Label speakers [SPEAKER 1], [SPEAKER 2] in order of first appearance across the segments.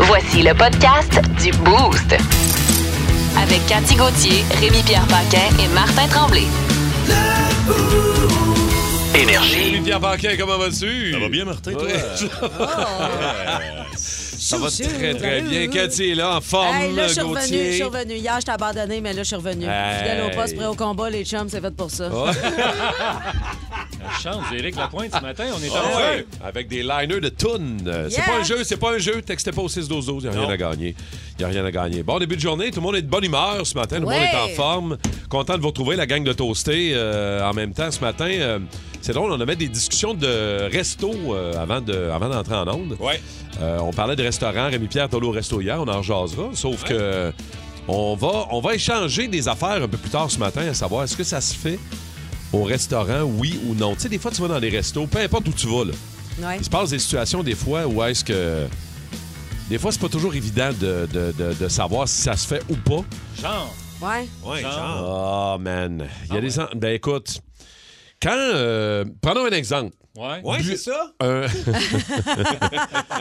[SPEAKER 1] Voici le podcast du Boost. Avec Cathy Gauthier, Rémi-Pierre Paquin et Martin Tremblay.
[SPEAKER 2] Énergie.
[SPEAKER 3] Pierre Paquin, comment vas-tu?
[SPEAKER 4] Ça va bien, Martin, toi?
[SPEAKER 3] Ça va très, très bien. Cathy est là, en forme,
[SPEAKER 5] Hey, là, je suis revenue, je
[SPEAKER 3] Gauthier.
[SPEAKER 5] suis revenue. Hier, je t'ai abandonné, mais là, je suis revenue.
[SPEAKER 3] Hey. Oh.
[SPEAKER 5] Fidèle au poste, prêt au combat, les chums, c'est fait pour ça.
[SPEAKER 6] chance, Éric Lapointe ce matin, on est
[SPEAKER 3] Ah
[SPEAKER 6] en
[SPEAKER 3] ouais, Avec des liners de tunes. Euh, C'est
[SPEAKER 5] Yeah.
[SPEAKER 3] pas un jeu, c'est pas un jeu. Textez pas au 6-12-12, il a rien
[SPEAKER 4] Non.
[SPEAKER 3] à gagner. Il a rien à gagner. Bon début de journée, tout le monde est de bonne humeur ce matin, tout le monde
[SPEAKER 5] Ouais.
[SPEAKER 3] est en forme. Content de vous retrouver, la gang de Toasté. euh, en même temps, ce matin, euh, c'est drôle, on avait des discussions de resto euh, avant de- avant d'entrer en onde.
[SPEAKER 4] Ouais.
[SPEAKER 3] Euh, on parlait de restaurant, Rémi-Pierre Tolo Resto hier, on en jasera, sauf que on va, on va échanger des affaires un peu plus tard ce matin, à savoir est-ce que ça se fait au restaurant, oui ou non. Tu sais, des fois, tu vas dans des restos, peu importe où tu vas, là,
[SPEAKER 5] Ouais.
[SPEAKER 3] il se passe des situations des fois où est-ce que... Des fois, c'est pas toujours évident de, de- de- de savoir si ça se fait ou pas.
[SPEAKER 6] Genre,
[SPEAKER 5] Ouais.
[SPEAKER 4] Ouais,
[SPEAKER 6] Genre.
[SPEAKER 4] genre.
[SPEAKER 3] Oh, man. Il
[SPEAKER 4] Ah
[SPEAKER 3] y a des... en- Ben, écoute, quand... euh, prenons un exemple.
[SPEAKER 6] ouais.
[SPEAKER 4] Ouais,
[SPEAKER 3] Bu-
[SPEAKER 4] c'est ça?
[SPEAKER 3] Un-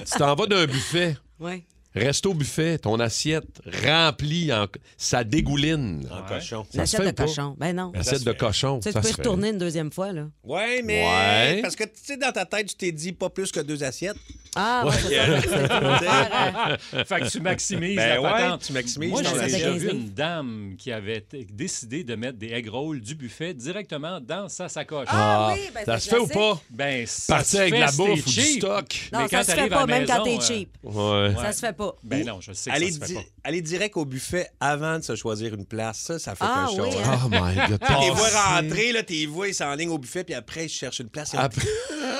[SPEAKER 3] tu t'en vas d'un buffet.
[SPEAKER 5] Ouais.
[SPEAKER 3] Resto buffet, ton assiette remplie, en- ça dégouline.
[SPEAKER 4] En
[SPEAKER 6] Ouais.
[SPEAKER 4] cochon.
[SPEAKER 3] Ça se
[SPEAKER 5] L'assiette
[SPEAKER 3] fait
[SPEAKER 5] de
[SPEAKER 3] ou pas?
[SPEAKER 5] cochon. Ben non. Tu
[SPEAKER 3] Assiette
[SPEAKER 4] se
[SPEAKER 3] de
[SPEAKER 4] fait.
[SPEAKER 3] cochon.
[SPEAKER 5] sais,
[SPEAKER 3] ça
[SPEAKER 5] tu peux
[SPEAKER 3] se
[SPEAKER 5] y
[SPEAKER 3] fait.
[SPEAKER 5] retourner une deuxième fois, là.
[SPEAKER 4] Ouais, mais.
[SPEAKER 3] Ouais.
[SPEAKER 4] Parce que, tu sais, dans ta tête, tu t'es dit pas plus que deux assiettes.
[SPEAKER 5] Ah, ouais, c'est ça.
[SPEAKER 4] Tu sais,
[SPEAKER 6] Fait que tu maximises la
[SPEAKER 4] Ben ouais,
[SPEAKER 6] patente.
[SPEAKER 4] tu maximises
[SPEAKER 6] Moi,
[SPEAKER 5] ton
[SPEAKER 6] j'ai
[SPEAKER 5] assiette.
[SPEAKER 6] déjà vu
[SPEAKER 5] 15 livres.
[SPEAKER 6] une dame qui avait t- décidé de mettre des egg rolls du buffet directement dans sa sacoche.
[SPEAKER 5] Ah oui, ben,
[SPEAKER 3] ça
[SPEAKER 5] c'est
[SPEAKER 3] se fait ou pas?
[SPEAKER 5] classique.
[SPEAKER 6] Ben, ça
[SPEAKER 3] Partir
[SPEAKER 6] se
[SPEAKER 3] avec
[SPEAKER 6] fait,
[SPEAKER 3] la
[SPEAKER 6] c'est
[SPEAKER 3] bouffe ou du
[SPEAKER 6] cheap.
[SPEAKER 3] stock.
[SPEAKER 5] Non,
[SPEAKER 6] Mais
[SPEAKER 5] ça
[SPEAKER 6] quand
[SPEAKER 5] se fait
[SPEAKER 6] t'arrives
[SPEAKER 5] pas,
[SPEAKER 6] à la
[SPEAKER 5] même quand
[SPEAKER 6] maison, euh,
[SPEAKER 5] t'es cheap.
[SPEAKER 3] euh, Ouais.
[SPEAKER 5] Ça se fait pas.
[SPEAKER 6] Ben non, je sais que
[SPEAKER 4] Aller,
[SPEAKER 6] ça se fait
[SPEAKER 4] di-
[SPEAKER 6] pas.
[SPEAKER 4] aller direct au buffet avant de se choisir une place, ça, ça fait
[SPEAKER 5] Ah
[SPEAKER 4] quelque
[SPEAKER 5] oui,
[SPEAKER 4] chose.
[SPEAKER 5] hein?
[SPEAKER 3] Oh my God.
[SPEAKER 4] Quand t'es
[SPEAKER 3] Oh,
[SPEAKER 4] vois
[SPEAKER 3] si.
[SPEAKER 4] rentrer, là, t'es vois, ils sont en ligne au buffet, puis après, ils cherchent une place. Ils ont,
[SPEAKER 3] Après-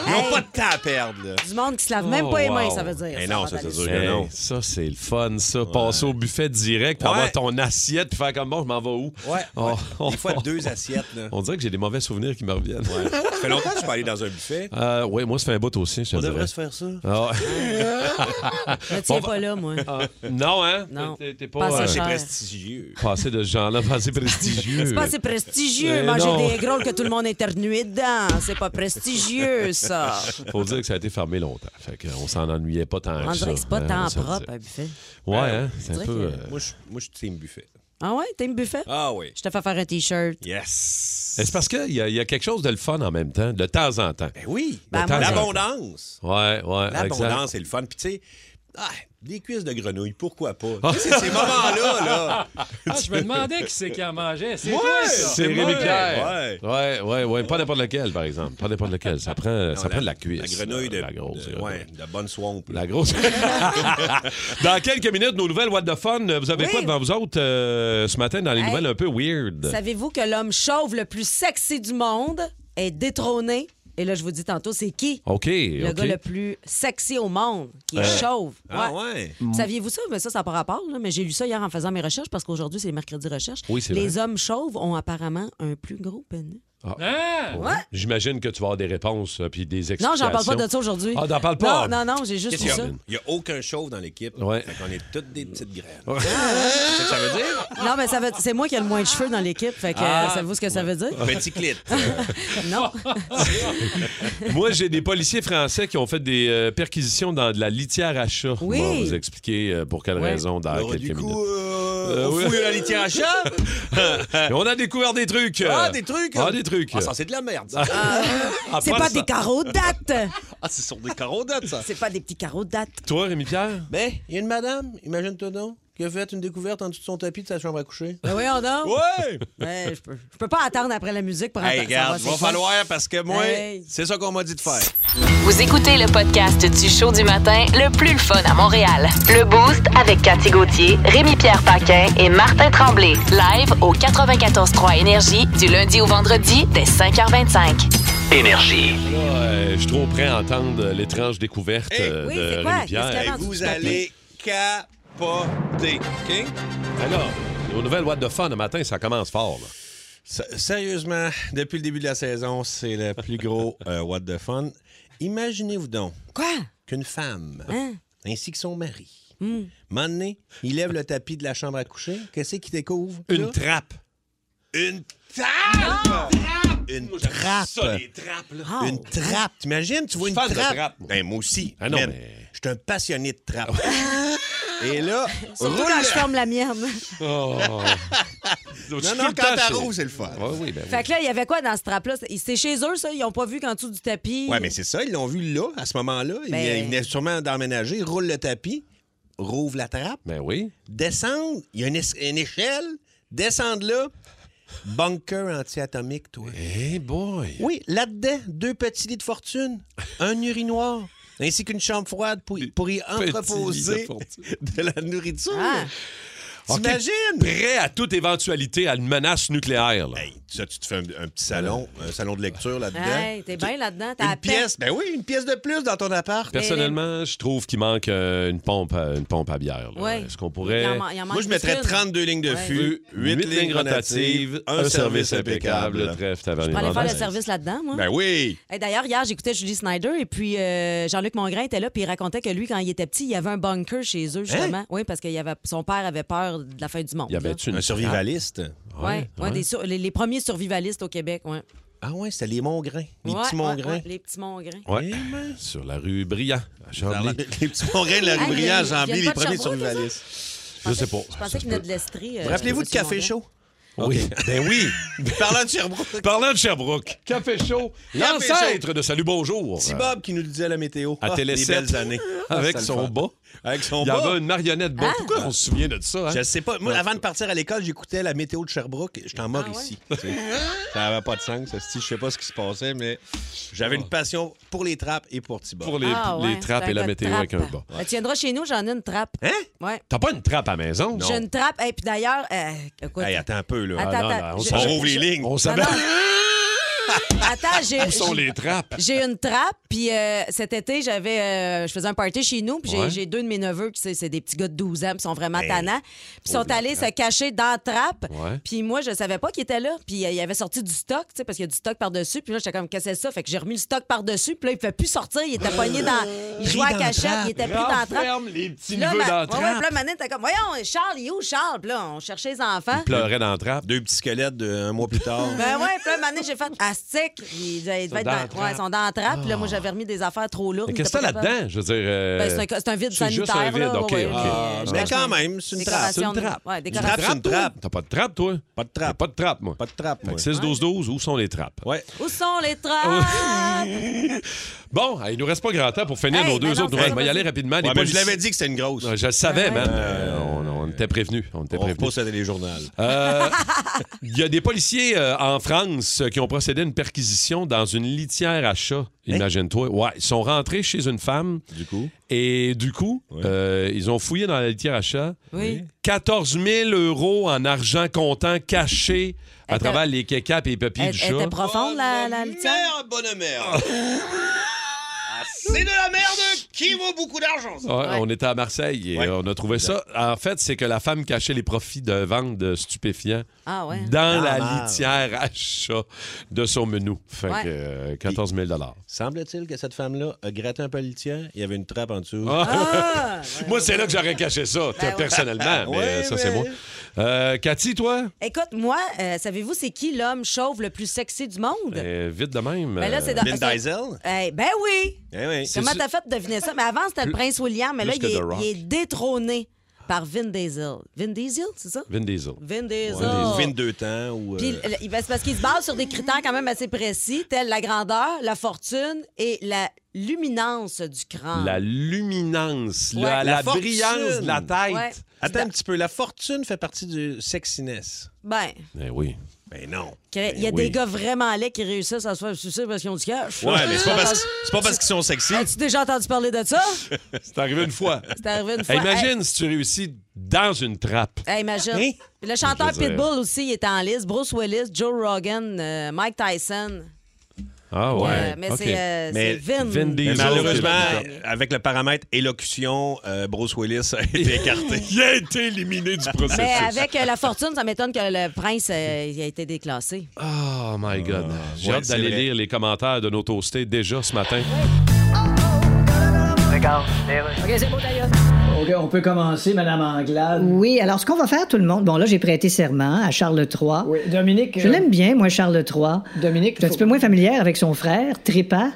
[SPEAKER 4] ils ont pas de temps à perdre, là.
[SPEAKER 5] Du monde qui se lave même
[SPEAKER 3] Oh,
[SPEAKER 5] pas les mains,
[SPEAKER 3] wow.
[SPEAKER 5] ça veut dire.
[SPEAKER 4] Eh non,
[SPEAKER 5] va
[SPEAKER 4] ça, c'est
[SPEAKER 5] aller.
[SPEAKER 4] sûr.
[SPEAKER 3] Hey,
[SPEAKER 4] non.
[SPEAKER 3] ça, c'est le fun, ça. Passer au buffet direct, puis avoir
[SPEAKER 4] Ouais.
[SPEAKER 3] ton assiette, puis faire comme bon, je m'en vais où?
[SPEAKER 4] Ouais.
[SPEAKER 3] Oh, oh,
[SPEAKER 4] Des fois,
[SPEAKER 3] oh.
[SPEAKER 4] deux assiettes, là.
[SPEAKER 3] On dirait que j'ai des mauvais souvenirs qui me reviennent.
[SPEAKER 4] Ça fait longtemps que je suis pas allé dans un buffet.
[SPEAKER 3] Euh, ouais, moi, ça fait un bout aussi, je te
[SPEAKER 4] On
[SPEAKER 3] dirais.
[SPEAKER 4] devrait se faire ça.
[SPEAKER 3] Ah,
[SPEAKER 5] Ne tiens pas là, moi.
[SPEAKER 3] non, hein?
[SPEAKER 5] Non.
[SPEAKER 3] T'es- T'es pas
[SPEAKER 5] Passez
[SPEAKER 3] euh,
[SPEAKER 5] cher.
[SPEAKER 4] Prestigieux.
[SPEAKER 3] passé de ce genre-là, passé prestigieux.
[SPEAKER 5] C'est pas assez prestigieux,
[SPEAKER 3] Eh
[SPEAKER 5] manger
[SPEAKER 3] non.
[SPEAKER 5] des grolles que tout le monde éternue dedans. C'est pas prestigieux, ça.
[SPEAKER 3] Faut dire que ça a été fermé longtemps. Fait qu'on s'en ennuyait pas tant
[SPEAKER 5] On
[SPEAKER 3] que ça.
[SPEAKER 5] dirait que c'est pas
[SPEAKER 3] hein,
[SPEAKER 5] tant
[SPEAKER 3] on se le dit.
[SPEAKER 5] propre, un buffet.
[SPEAKER 3] Ouais, hein? C'est un
[SPEAKER 5] dirait
[SPEAKER 3] peu.
[SPEAKER 5] que-
[SPEAKER 3] euh,
[SPEAKER 4] Moi, je moi, je suis team buffet.
[SPEAKER 5] Ah ouais, t'aimes buffet?
[SPEAKER 4] Ah oui.
[SPEAKER 5] Je te fais faire un T-shirt.
[SPEAKER 4] Yes.
[SPEAKER 3] mais C'est parce qu'il y, a- il y a quelque chose de le fun en même temps, de temps en temps.
[SPEAKER 4] Ben oui.
[SPEAKER 5] Ben,
[SPEAKER 3] moi,
[SPEAKER 4] L'abondance.
[SPEAKER 3] Ouais, ouais.
[SPEAKER 4] L'abondance, c'est le fun. Puis tu sais, ah, des cuisses de grenouille, pourquoi pas?
[SPEAKER 3] Ah.
[SPEAKER 4] Tu sais, C'est ces moments-là, là.
[SPEAKER 6] Ah, je me demandais qui c'est qui en mangeait. C'est
[SPEAKER 4] Ouais,
[SPEAKER 6] toi, ça.
[SPEAKER 3] C'est
[SPEAKER 6] moi.
[SPEAKER 3] Rémi Pierre.
[SPEAKER 4] Ouais.
[SPEAKER 3] ouais, ouais, ouais. Pas n'importe lequel, par exemple. Pas n'importe lequel. Ça prend, ça prend de la cuisse. euh,
[SPEAKER 4] La grenouille de,
[SPEAKER 3] La grosse.
[SPEAKER 4] de-
[SPEAKER 3] grenouille.
[SPEAKER 4] ouais, de bonne swamp. là.
[SPEAKER 3] La grosse. dans quelques minutes, nos nouvelles What the Fun. Vous avez
[SPEAKER 5] Oui.
[SPEAKER 3] quoi devant vous autres euh, ce matin dans les
[SPEAKER 5] Hey.
[SPEAKER 3] nouvelles un peu weird?
[SPEAKER 5] Savez-vous que l'homme chauve le plus sexy du monde est détrôné? Et là, je vous dis tantôt, c'est qui?
[SPEAKER 3] OK.
[SPEAKER 5] Le
[SPEAKER 3] OK.
[SPEAKER 5] gars le plus sexy au monde, qui est chauve.
[SPEAKER 4] Ah
[SPEAKER 5] Ouais.
[SPEAKER 4] ouais.
[SPEAKER 5] Saviez-vous ça? Mais ça, ça n'a pas rapport, là, mais j'ai lu ça hier en faisant mes recherches parce qu'aujourd'hui, c'est mercredi recherche.
[SPEAKER 3] Oui, c'est
[SPEAKER 5] Les
[SPEAKER 3] vrai.
[SPEAKER 5] hommes chauves ont apparemment un plus gros pénis.
[SPEAKER 6] Ah!
[SPEAKER 3] Ouais. J'imagine que tu vas avoir des réponses euh, puis des
[SPEAKER 5] Non,
[SPEAKER 3] explications.
[SPEAKER 5] j'en parle pas de ça aujourd'hui.
[SPEAKER 3] Ah, t'en parles pas?
[SPEAKER 5] Non, non, non, j'ai juste
[SPEAKER 4] Qu'est-ce
[SPEAKER 5] lu
[SPEAKER 4] qu'il
[SPEAKER 5] ça.
[SPEAKER 4] y a? Il n'y a aucun chauve dans l'équipe.
[SPEAKER 3] Ouais.
[SPEAKER 4] Fait qu'on est toutes des petites graines. C'est ce que ça veut dire?
[SPEAKER 5] Non, mais ça veut- c'est moi qui ai le moins de cheveux dans l'équipe, fait que euh, savez-vous ce que ça veut dire?
[SPEAKER 4] Petit clit.
[SPEAKER 3] Ah,
[SPEAKER 5] Non.
[SPEAKER 3] Moi, j'ai des policiers français qui ont fait des euh, perquisitions dans de la litière à chat.
[SPEAKER 5] Oui.
[SPEAKER 3] On va vous expliquer euh, pour quelle
[SPEAKER 5] Ouais.
[SPEAKER 3] raison dans
[SPEAKER 4] Alors,
[SPEAKER 3] quelques
[SPEAKER 4] du
[SPEAKER 3] minutes.
[SPEAKER 4] coup, euh,
[SPEAKER 3] Euh,
[SPEAKER 4] on
[SPEAKER 3] oui.
[SPEAKER 4] fouille la litière à chat?
[SPEAKER 3] Mais on a découvert des trucs.
[SPEAKER 4] Ah,
[SPEAKER 3] euh,
[SPEAKER 4] des trucs!
[SPEAKER 3] Ah, des trucs.
[SPEAKER 4] Ah, ça, c'est de la merde, ça.
[SPEAKER 3] Ah,
[SPEAKER 5] C'est
[SPEAKER 3] pense-
[SPEAKER 5] pas des carreaux de date!
[SPEAKER 4] Ah, c'est sur des carottes, ça.
[SPEAKER 5] C'est pas des petits carreaux de date.
[SPEAKER 3] Toi, Rémi-Pierre?
[SPEAKER 4] Ben, il y a une madame, imagine-toi donc, qui a fait une découverte en dessous de son tapis de sa chambre à coucher.
[SPEAKER 5] Ben voyons donc.
[SPEAKER 4] Ouais!
[SPEAKER 5] Ben, je, peux, je peux pas attendre après la musique pour
[SPEAKER 4] Hey,
[SPEAKER 5] entendre-
[SPEAKER 4] regarde,
[SPEAKER 5] ça
[SPEAKER 4] Ah, ben, va
[SPEAKER 5] c'est quoi?
[SPEAKER 4] falloir parce que moi,
[SPEAKER 5] Hey.
[SPEAKER 4] c'est ça qu'on m'a dit de faire.
[SPEAKER 1] Vous écoutez le podcast du show du matin le plus le fun à Montréal. Le Boost avec Cathy Gauthier, Rémi-Pierre Paquin et Martin Tremblay. Live au 94.3 Énergie du lundi au vendredi dès 5h25.
[SPEAKER 2] Énergie.
[SPEAKER 3] Là, euh, je suis trop prêt à entendre l'étrange découverte
[SPEAKER 4] Hey.
[SPEAKER 3] euh,
[SPEAKER 5] Eh, Oui,
[SPEAKER 3] de
[SPEAKER 5] c'est quoi?
[SPEAKER 3] Rémi-Pierre.
[SPEAKER 5] Qu'est-ce qu'il y a avant?
[SPEAKER 4] Vous
[SPEAKER 5] tu tapis.
[SPEAKER 4] allez capoter, OK?
[SPEAKER 3] Alors, Ben aux nouvelles What de Fun le matin, ça commence fort. là.
[SPEAKER 4] S- Sérieusement, depuis le début de la saison, c'est le plus gros euh, what the fun. Imaginez-vous donc
[SPEAKER 5] Quoi?
[SPEAKER 4] qu'une femme,
[SPEAKER 5] Hein?
[SPEAKER 4] ainsi que son mari, moment donné, il lève le tapis de la chambre à coucher. Qu'est-ce qu'il découvre? là?
[SPEAKER 3] Une trappe.
[SPEAKER 4] Une trappe! Une trappe!
[SPEAKER 3] trappes, là.
[SPEAKER 5] Ah,
[SPEAKER 4] Une trappe! T'imagines? Tu vois une
[SPEAKER 3] Fan de
[SPEAKER 4] trappe?
[SPEAKER 3] trappe, moi.
[SPEAKER 4] Ben, moi aussi.
[SPEAKER 3] Ah non,
[SPEAKER 4] Man,
[SPEAKER 3] mais-
[SPEAKER 4] Je suis un passionné de trappe. Et là,
[SPEAKER 7] Surtout
[SPEAKER 4] roule-
[SPEAKER 7] quand je ferme la mienne.
[SPEAKER 3] Oh.
[SPEAKER 4] Non, non, quand t'arroules, c'est le fun.
[SPEAKER 3] Ouais, oui, ben oui.
[SPEAKER 5] Fait que là, il y avait quoi dans ce trap-là? C'est chez eux, ça. Ils n'ont pas vu qu'en dessous du tapis.
[SPEAKER 4] Ouais, mais c'est ça, ils l'ont vu là, à ce moment-là. Ils
[SPEAKER 5] Ben-
[SPEAKER 4] venaient- Ils venaient sûrement d'emménager, roule le tapis, rouvre la trappe,
[SPEAKER 3] Ben oui.
[SPEAKER 4] descendre, il y a une, es- une échelle, descendre là, bunker anti-atomique, toi.
[SPEAKER 3] Hey boy.
[SPEAKER 4] Oui, là-dedans, deux petits lits de fortune, un urinoir, ainsi qu'une chambre froide pour, y- pour y
[SPEAKER 3] lits de
[SPEAKER 4] entreposer
[SPEAKER 3] fortune.
[SPEAKER 4] de la nourriture.
[SPEAKER 5] Ah.
[SPEAKER 4] T'imagines?
[SPEAKER 3] Prêt à toute éventualité à une menace nucléaire. là.
[SPEAKER 4] Hey, ça, tu te fais un, un petit salon, un salon de lecture là-dedans.
[SPEAKER 5] Hey, t'es bien là-dedans. T'as la
[SPEAKER 4] Une
[SPEAKER 5] paix.
[SPEAKER 4] pièce, ben oui, une pièce de plus dans ton appart.
[SPEAKER 3] Personnellement, je trouve qu'il manque euh, une pompe à, une pompe à bière. là.
[SPEAKER 5] Ouais.
[SPEAKER 3] Est-ce qu'on
[SPEAKER 5] Il
[SPEAKER 3] pourrait...
[SPEAKER 5] en man- il en
[SPEAKER 4] Moi,
[SPEAKER 5] manque
[SPEAKER 4] je mettrais
[SPEAKER 5] juste une.
[SPEAKER 4] 32 lignes de fût,
[SPEAKER 3] Huit
[SPEAKER 4] 8 lignes rotatives, un, service impeccable.
[SPEAKER 3] Trèfle, taverne
[SPEAKER 5] Pour aller faire le
[SPEAKER 3] irlandaise.
[SPEAKER 5] service là-dedans, moi.
[SPEAKER 4] Ben oui!
[SPEAKER 5] Hey, D'ailleurs, hier, j'écoutais Julie Snyder et puis euh, Jean-Luc Mongrain était là puis il racontait que lui, quand il était petit, il y avait un bunker chez eux, justement.
[SPEAKER 4] Hein?
[SPEAKER 5] Oui, parce que son père avait peur de la fin du monde.
[SPEAKER 3] Il y avait-tu une...
[SPEAKER 4] Un survivaliste.
[SPEAKER 3] Ah,
[SPEAKER 5] Oui, ouais, ouais, des sur- les, les premiers survivalistes au Québec. Ouais.
[SPEAKER 4] Ah ouais, c'était les Mongrains. Les
[SPEAKER 5] Ouais,
[SPEAKER 4] petits
[SPEAKER 5] ouais,
[SPEAKER 4] Mongrains.
[SPEAKER 5] ouais, les petits Mongrains.
[SPEAKER 3] Ouais.
[SPEAKER 4] Eh,
[SPEAKER 3] Sur la rue Briand, à
[SPEAKER 4] Dans
[SPEAKER 3] Charlie.
[SPEAKER 4] la- Les petits Mongrains de la
[SPEAKER 5] Ah,
[SPEAKER 4] rue
[SPEAKER 5] mais
[SPEAKER 4] Briand,
[SPEAKER 5] ils viennent
[SPEAKER 4] Jean-Bille,
[SPEAKER 5] pas
[SPEAKER 4] les
[SPEAKER 5] de
[SPEAKER 4] premiers
[SPEAKER 5] Sherbrooke, eux
[SPEAKER 4] survivalistes.
[SPEAKER 3] Je sais pas.
[SPEAKER 5] Je pensais qu'il venait de l'Estrie. euh,
[SPEAKER 4] Rappelez-vous
[SPEAKER 5] les
[SPEAKER 4] de
[SPEAKER 5] petits
[SPEAKER 4] Café
[SPEAKER 5] Mongrains.
[SPEAKER 4] Chaud.
[SPEAKER 3] Oui. Ben oui.
[SPEAKER 4] Parlant de Sherbrooke,
[SPEAKER 3] Parlant de Sherbrooke, Café Chaud,
[SPEAKER 4] Café
[SPEAKER 3] l'ancêtre de Salut Bonjour. euh,
[SPEAKER 4] petit Bob qui nous le disait la météo.
[SPEAKER 3] À
[SPEAKER 4] Ah,
[SPEAKER 3] Télé
[SPEAKER 4] les
[SPEAKER 3] 7.
[SPEAKER 4] belles années.
[SPEAKER 3] Avec
[SPEAKER 4] Ah, ça le
[SPEAKER 3] son
[SPEAKER 4] fun.
[SPEAKER 3] bas.
[SPEAKER 4] Avec son
[SPEAKER 3] Il y
[SPEAKER 4] bas.
[SPEAKER 3] avait une marionnette bas. Ah, Pourquoi on se souvient de ça? hein?
[SPEAKER 4] Je sais pas. Moi, avant de partir à l'école, j'écoutais la météo de Sherbrooke. J'étais en mort
[SPEAKER 5] Ah ouais?
[SPEAKER 4] ici. tu sais. ça n'avait pas de sens, ça. Je sais pas ce qui se passait, mais j'avais une passion pour les trappes et Oh. pour Thibault.
[SPEAKER 3] Pour les,
[SPEAKER 5] Ah,
[SPEAKER 3] les
[SPEAKER 5] ouais,
[SPEAKER 3] trappes
[SPEAKER 5] c'est
[SPEAKER 3] et la
[SPEAKER 5] gars de
[SPEAKER 3] météo
[SPEAKER 5] trappe.
[SPEAKER 3] avec un bas.
[SPEAKER 5] Euh, Tu viendras chez nous, j'en ai une trappe.
[SPEAKER 4] Hein?
[SPEAKER 5] Ouais.
[SPEAKER 3] T'as pas une trappe à maison?
[SPEAKER 5] J'ai une trappe. Et puis d'ailleurs, euh, écoute,
[SPEAKER 4] Hey, attends un peu, là.
[SPEAKER 5] Attends,
[SPEAKER 3] Ah, non,
[SPEAKER 5] attends,
[SPEAKER 3] non, on
[SPEAKER 5] je-
[SPEAKER 3] s'en
[SPEAKER 5] je-
[SPEAKER 4] On rouvre les
[SPEAKER 5] je-
[SPEAKER 4] lignes.
[SPEAKER 3] On
[SPEAKER 5] Non,
[SPEAKER 3] savait
[SPEAKER 5] non. Attends, j'ai.
[SPEAKER 3] où sont
[SPEAKER 5] j'ai-
[SPEAKER 3] les trappes.
[SPEAKER 5] J'ai une trappe, puis euh, cet été, j'avais, euh, je faisais un party chez nous, puis j'ai-
[SPEAKER 3] Ouais.
[SPEAKER 5] j'ai deux de mes neveux, qui c'est c'est des petits gars de 12 ans, puis sont vraiment
[SPEAKER 4] Hey.
[SPEAKER 5] tannants, puis sont allés se cacher dans la trappe.
[SPEAKER 3] Ouais.
[SPEAKER 5] Puis moi, je savais pas qu'ils étaient là, puis euh, il avait sorti du stock, tu sais, parce qu'il y a du stock par-dessus, puis là, j'étais comme, qu'est-ce que c'est ça? Fait que j'ai remis le stock par-dessus, puis là, il ne plus sortir, il était pogné dans. Il jouait à
[SPEAKER 4] dans la
[SPEAKER 5] cachette,
[SPEAKER 4] trappe.
[SPEAKER 5] il était pris dans la trappe.
[SPEAKER 3] les petits
[SPEAKER 5] Puis là, ma- ouais, ouais, puis là, Manette, t'es comme, voyons, Charles, il est où, Charles? Puis là, on cherchait les enfants.
[SPEAKER 3] Pleurait dans la trappe.
[SPEAKER 4] Deux petits squelettes de un mois plus tard.
[SPEAKER 5] Ben ouais, puis là, un moment donné, j'ai fait astic. Ils devaient
[SPEAKER 3] sont
[SPEAKER 5] être
[SPEAKER 3] dans la
[SPEAKER 5] dans,
[SPEAKER 3] trappe.
[SPEAKER 5] ouais, ils sont dans la trappe. Puis là, moi, j'avais remis des affaires trop lourdes.
[SPEAKER 3] Mais qu'est-ce que t'as
[SPEAKER 5] J'étais pas capable.
[SPEAKER 3] là-dedans? Je veux dire. euh,
[SPEAKER 5] Ben, c'est un- c'est un, vide
[SPEAKER 3] c'est
[SPEAKER 5] sanitaire.
[SPEAKER 3] juste
[SPEAKER 5] là,
[SPEAKER 3] un vide, ok,
[SPEAKER 5] ouais,
[SPEAKER 3] ok.
[SPEAKER 5] ouais,
[SPEAKER 4] Ah, Mais
[SPEAKER 5] ouais.
[SPEAKER 4] quand même, c'est une trappe.
[SPEAKER 5] Décoration
[SPEAKER 3] C'est une trappe.
[SPEAKER 5] de- Ouais,
[SPEAKER 4] Une trappe,
[SPEAKER 5] décoration.
[SPEAKER 4] c'est une trappe.
[SPEAKER 3] T'as pas de trappe, toi?
[SPEAKER 4] Pas de
[SPEAKER 3] T'as
[SPEAKER 4] trappe.
[SPEAKER 3] pas de trappe, moi.
[SPEAKER 4] Pas de trappe,
[SPEAKER 3] Fait
[SPEAKER 4] moi.
[SPEAKER 3] que
[SPEAKER 4] Ah,
[SPEAKER 3] 6-12-12, où sont les trappes?
[SPEAKER 4] Ouais.
[SPEAKER 5] Où sont les trappes?
[SPEAKER 3] Bon, hey, il nous reste pas grand temps pour finir
[SPEAKER 5] Hey,
[SPEAKER 3] nos deux
[SPEAKER 5] ben non,
[SPEAKER 3] autres nouvelles.
[SPEAKER 5] c'est
[SPEAKER 3] Je vais y
[SPEAKER 5] pas
[SPEAKER 3] aller
[SPEAKER 5] possible.
[SPEAKER 3] rapidement. Les
[SPEAKER 4] Ouais, mais je
[SPEAKER 3] policiers-
[SPEAKER 4] l'avais dit que c'était une grosse.
[SPEAKER 3] Ouais, Je le savais,
[SPEAKER 5] Ouais.
[SPEAKER 3] man. Euh, on, on était prévenus. On était
[SPEAKER 4] On
[SPEAKER 3] prévenus.
[SPEAKER 4] repousse le téléjournal.
[SPEAKER 3] Euh, Il y a des policiers euh, en France qui ont procédé à une perquisition dans une litière à
[SPEAKER 5] Hein?
[SPEAKER 3] chat. Imagine-toi. Ouais, ils sont rentrés chez une femme
[SPEAKER 4] Du coup,
[SPEAKER 3] et du coup, euh, ils ont fouillé dans la litière à chat.
[SPEAKER 5] Oui.
[SPEAKER 3] 14 000 euros en argent comptant caché à
[SPEAKER 5] Elle
[SPEAKER 3] travers les kékaps et les papiers
[SPEAKER 5] Elle,
[SPEAKER 3] du
[SPEAKER 5] elle
[SPEAKER 3] chat.
[SPEAKER 5] était profonde, la,
[SPEAKER 4] Oh,
[SPEAKER 5] la litière?
[SPEAKER 4] bonne mère. Ah, c'est de la merde qui vaut beaucoup d'argent.
[SPEAKER 3] Ouais, Ah, On était à Marseille et
[SPEAKER 4] Ouais.
[SPEAKER 3] on a trouvé ça. En fait, c'est que la femme cachait les profits de vente de stupéfiants
[SPEAKER 5] Ah ouais.
[SPEAKER 3] dans la
[SPEAKER 4] merde.
[SPEAKER 3] litière à chat de son menu. Fait
[SPEAKER 5] Ouais.
[SPEAKER 3] que euh, 14 000
[SPEAKER 4] Semble-t-il que cette femme-là a gratté un peu le litière, il y avait une trappe en dessous.
[SPEAKER 5] Ah!
[SPEAKER 3] Moi, c'est là que j'aurais caché ça,
[SPEAKER 5] Ben
[SPEAKER 3] t- personnellement, mais
[SPEAKER 4] Ouais,
[SPEAKER 3] ça,
[SPEAKER 4] ouais.
[SPEAKER 3] c'est moi. Euh, Cathy, toi?
[SPEAKER 5] Écoute, moi, euh, savez-vous c'est qui l'homme chauve le plus sexy du monde?
[SPEAKER 3] Euh, vite de même.
[SPEAKER 5] Ben là, c'est
[SPEAKER 3] euh,
[SPEAKER 5] dans-
[SPEAKER 4] Vin
[SPEAKER 5] c'est-
[SPEAKER 4] Diesel?
[SPEAKER 5] Eh, ben oui!
[SPEAKER 4] Eh oui.
[SPEAKER 3] C'est
[SPEAKER 5] Comment
[SPEAKER 3] su-
[SPEAKER 5] t'as fait de deviner ça? Mais avant, c'était le prince William, mais là, il
[SPEAKER 3] plus que
[SPEAKER 5] est,
[SPEAKER 3] The Rock.
[SPEAKER 5] il est détrôné par Vin Diesel. Vin Diesel, c'est ça?
[SPEAKER 3] Vin Diesel.
[SPEAKER 5] Vin Diesel.
[SPEAKER 4] Ou 22 ans ou. euh,
[SPEAKER 5] Puis, le- il- ben, c'est parce qu'il se base sur des critères quand même assez précis, tels la grandeur, la fortune et la luminance du crâne.
[SPEAKER 3] La luminance,
[SPEAKER 5] Ah. Ouais. La
[SPEAKER 3] la, la
[SPEAKER 4] fortune.
[SPEAKER 3] brillance de la tête.
[SPEAKER 5] Ouais.
[SPEAKER 4] Attends un petit peu, la fortune fait partie du sexiness.
[SPEAKER 5] Ben,
[SPEAKER 3] Ben oui.
[SPEAKER 4] Ben non.
[SPEAKER 5] il y a
[SPEAKER 3] oui.
[SPEAKER 5] des gars vraiment laids qui réussissent à se faire sucer parce qu'ils ont du cash.
[SPEAKER 4] Ouais, mais c'est pas
[SPEAKER 5] Ah.
[SPEAKER 4] parce, c'est pas parce qu'ils sont sexy.
[SPEAKER 5] As-tu déjà entendu parler de ça?
[SPEAKER 3] C'est arrivé une fois.
[SPEAKER 5] C'est arrivé une fois.
[SPEAKER 3] Hey, imagine si tu réussis dans une trappe.
[SPEAKER 5] Hey, hey, imagine.
[SPEAKER 4] Hein?
[SPEAKER 5] Le chanteur
[SPEAKER 3] Je veux dire-
[SPEAKER 5] Pitbull aussi, il était en liste. Bruce Willis, Joe Rogan, euh, Mike Tyson.
[SPEAKER 3] Ah ouais.
[SPEAKER 5] Euh, mais
[SPEAKER 3] OK.
[SPEAKER 5] c'est euh,
[SPEAKER 4] Mais
[SPEAKER 5] c'est Vin.
[SPEAKER 3] Vin Diesel.
[SPEAKER 4] Mais
[SPEAKER 3] Les autres,
[SPEAKER 4] malheureusement, avec le paramètre élocution, euh, Bruce Willis a été écarté.
[SPEAKER 3] Il a été éliminé du processus.
[SPEAKER 5] Mais avec euh, la fortune, ça m'étonne que le prince euh, il a été déclassé.
[SPEAKER 3] Oh my God. J'ai
[SPEAKER 4] Ah, ouais,
[SPEAKER 3] hâte d'aller
[SPEAKER 4] c'est vrai.
[SPEAKER 3] lire les commentaires de nos toastés déjà ce matin.
[SPEAKER 8] OK, on peut commencer, Madame Anglade.
[SPEAKER 9] Oui, alors ce qu'on va faire tout le monde, bon là j'ai prêté serment à Charles III.
[SPEAKER 8] Oui, Dominique.
[SPEAKER 9] Je
[SPEAKER 8] euh,
[SPEAKER 9] l'aime bien, moi Charles III.
[SPEAKER 8] Dominique.
[SPEAKER 9] Je suis un petit peu moins familière avec son frère, Trépas.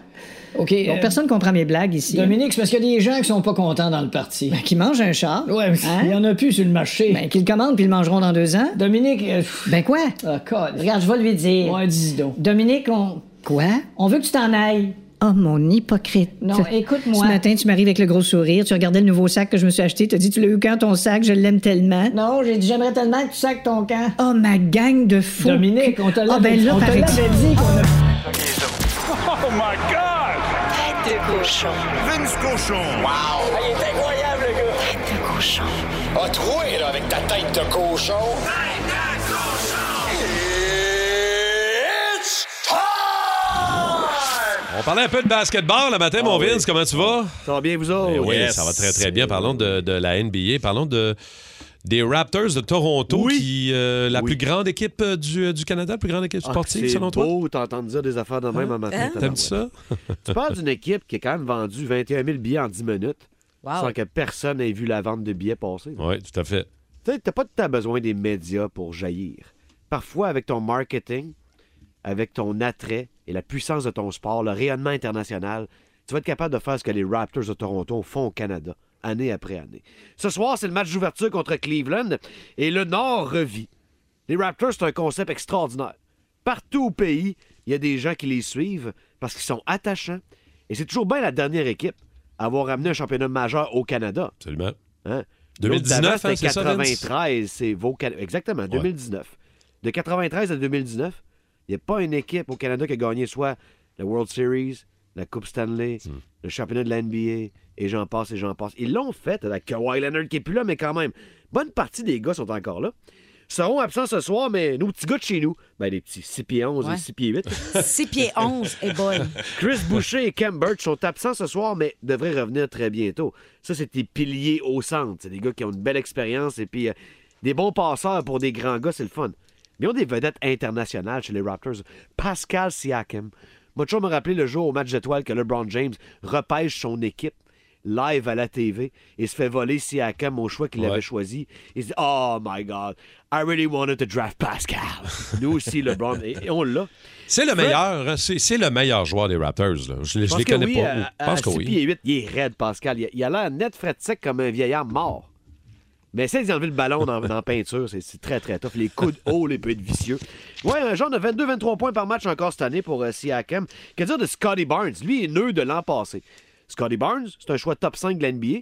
[SPEAKER 8] OK. euh,
[SPEAKER 9] Donc, personne ne comprend mes blagues ici.
[SPEAKER 8] Dominique, c'est parce qu'il y a des gens qui sont pas contents dans le parti.
[SPEAKER 9] Ben, qui mange un char.
[SPEAKER 8] Ouais, mais
[SPEAKER 9] Hein?
[SPEAKER 8] il y en a plus sur le marché.
[SPEAKER 9] Ben, qui le commande puis ils le mangeront dans deux ans.
[SPEAKER 8] Dominique. euh, pff,
[SPEAKER 9] Ben quoi?
[SPEAKER 8] ah, code.
[SPEAKER 9] Regarde, je vais lui dire.
[SPEAKER 8] Ouais, dis donc.
[SPEAKER 9] Dominique, on. Quoi?
[SPEAKER 8] On veut que tu t'en ailles.
[SPEAKER 9] Oh, mon hypocrite.
[SPEAKER 8] Non, écoute-moi.
[SPEAKER 9] Ce matin, tu m'arrives avec le gros sourire, tu regardais le nouveau sac que je me suis acheté, tu dit, tu l'as eu quand ton sac, je l'aime tellement.
[SPEAKER 8] Non, j'ai dit j'aimerais tellement que tu sacs ton camp.
[SPEAKER 9] Oh, ma gang de fous.
[SPEAKER 8] Dominique, on te
[SPEAKER 9] Ah,
[SPEAKER 8] l'a
[SPEAKER 9] ben là,
[SPEAKER 8] on te
[SPEAKER 9] par
[SPEAKER 8] l'avait
[SPEAKER 9] exemple.
[SPEAKER 8] dit qu'on a-
[SPEAKER 1] Tête de cochon.
[SPEAKER 7] Vince Cochon. Ah,
[SPEAKER 10] Il est incroyable, le gars!
[SPEAKER 1] Tête de cochon.
[SPEAKER 7] A troué, là, avec ta tête de cochon. Tête de cochon! It's time!
[SPEAKER 3] On parlait un peu de basketball le matin, mon Vince. Comment tu vas?
[SPEAKER 10] Ah Ça va bien, vous autres?
[SPEAKER 3] Eh oui,
[SPEAKER 10] Yes.
[SPEAKER 3] ça va très, très bien. Parlons de, de la NBA. Parlons de, des Raptors de Toronto,
[SPEAKER 10] Oui.
[SPEAKER 3] qui euh, la
[SPEAKER 10] Oui.
[SPEAKER 3] plus grande équipe euh, du, euh, du Canada, la plus grande équipe
[SPEAKER 10] Ah,
[SPEAKER 3] sportive,
[SPEAKER 10] c'est
[SPEAKER 3] selon toi?
[SPEAKER 10] beau t'entendre dire des affaires de
[SPEAKER 9] Hein?
[SPEAKER 10] même un matin.
[SPEAKER 3] T'aimes ça?
[SPEAKER 10] Tu parles d'une équipe qui a quand même vendu 21 000 billets en 10 minutes
[SPEAKER 9] Ah
[SPEAKER 5] Wow.
[SPEAKER 10] sans que personne ait vu la vente de billets passer.
[SPEAKER 3] Oui, tout à fait.
[SPEAKER 10] Tu sais, t'as pas tant besoin des médias pour jaillir. Parfois, avec ton marketing, avec ton attrait et la puissance de ton sport, le rayonnement international, tu vas être capable de faire ce que les Raptors de Toronto font au Canada, année après année. Ce soir, c'est le match d'ouverture contre Cleveland et le Nord revit. Les Raptors, c'est un concept extraordinaire. Partout au pays, il y a des gens qui les suivent parce qu'ils sont attachants. Et c'est toujours bien la dernière équipe à avoir amené un championnat majeur au Canada.
[SPEAKER 3] Absolument.
[SPEAKER 10] Hein?
[SPEAKER 3] 2019,
[SPEAKER 10] L'autre d'avant,
[SPEAKER 3] hein,
[SPEAKER 10] c'était
[SPEAKER 3] c'est ça, Vince?
[SPEAKER 10] 93, c'est vos Can- Exactement, 2019. De 93 à 2019, il n'y a pas une équipe au Canada qui a gagné soit la World Series, la Coupe Stanley,
[SPEAKER 3] Hmm.
[SPEAKER 10] le championnat de la NBA, et j'en passe, et j'en passe. Ils l'ont fait avec Kawhi Leonard qui est plus là, mais quand même, bonne partie des gars sont encore là. Seront absents ce soir, mais nos petits gars de chez nous, ben les petits 6 pieds 11
[SPEAKER 5] Ouais.
[SPEAKER 10] et 6 pieds 8,
[SPEAKER 5] 6 pieds 11 et boy.
[SPEAKER 10] Chris Boucher et Cam Birch sont absents ce soir, mais devraient revenir très bientôt. Ça, c'est tes piliers au centre. C'est des gars qui ont une belle expérience et puis euh, des bons passeurs pour des grands gars, c'est le fun. Mais ils ont des vedettes internationales chez les Raptors. Pascal Siakam. Moi, toujours me rappeler le jour au match d'étoiles que LeBron James repêche son équipe live à la TV et se fait voler Siakam au choix qu'il
[SPEAKER 3] Ouais.
[SPEAKER 10] avait choisi. Il se dit Oh my God, I really wanted to draft Pascal. Nous aussi, LeBron. Et, et on l'a.
[SPEAKER 3] C'est le
[SPEAKER 10] Fred-
[SPEAKER 3] meilleur, hein, c'est c'est le meilleur joueur des Raptors. là. Je, je
[SPEAKER 10] pense
[SPEAKER 3] les
[SPEAKER 10] que
[SPEAKER 3] connais
[SPEAKER 10] oui,
[SPEAKER 3] pas.
[SPEAKER 10] à-
[SPEAKER 3] Oui,
[SPEAKER 10] à-
[SPEAKER 3] Je pense
[SPEAKER 10] à
[SPEAKER 3] que
[SPEAKER 10] six
[SPEAKER 3] oui.
[SPEAKER 10] pieds huit, il est raide, Pascal. Il, il a l'air net frais de sec comme un vieillard mort. Mais essaye d'enlever le ballon dans, dans la peinture, c'est- c'est très, très tough. Les coups de haut, les peut être vicieux. Ouais, un genre de 22-23 points par match encore cette année pour euh, Siakam. Que dire de Scotty Barnes? Lui, il est nœud de l'an passé. Scotty Barnes, c'est un choix top 5 de l'NBA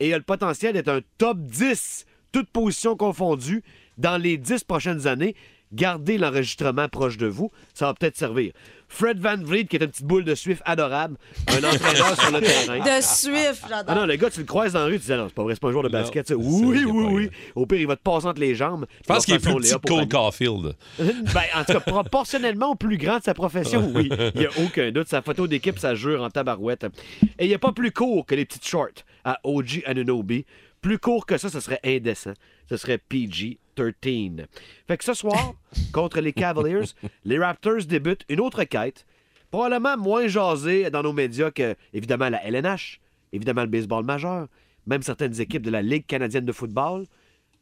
[SPEAKER 10] et il a le potentiel d'être un top 10, toutes positions confondues, dans les 10 prochaines années. Gardez l'enregistrement proche de vous, ça va peut-être servir. Fred Van Vliet, qui est une petite boule de Swift adorable, un entraîneur sur le terrain.
[SPEAKER 5] De Swift,
[SPEAKER 10] Ah
[SPEAKER 5] j'adore.
[SPEAKER 10] non, le gars, tu le croises dans la rue, tu dis, Ah non, c'est pas vrai, c'est pas un joueur de basket, ça.
[SPEAKER 3] c'est
[SPEAKER 10] Oui, oui,
[SPEAKER 3] vrai qu'il est
[SPEAKER 10] oui,
[SPEAKER 3] pas
[SPEAKER 10] Au pire, il va te passer entre les jambes.
[SPEAKER 3] Je pense qu'il est plus petit que Cole Caulfield.
[SPEAKER 10] ben, en tout cas, proportionnellement au plus grand de sa profession, oui. Il n'y a aucun doute. Sa photo d'équipe, ça jure en tabarouette. Et il n'y a pas plus court que les petites shorts à OG Anunobi. Plus court que ça, ce serait indécent. Ce serait PG-13. Fait que ce soir, contre les Cavaliers, les Raptors débutent une autre quête. Probablement moins jasée dans nos médias que, évidemment, la LNH, évidemment, le baseball majeur, même certaines équipes de la Ligue canadienne de football,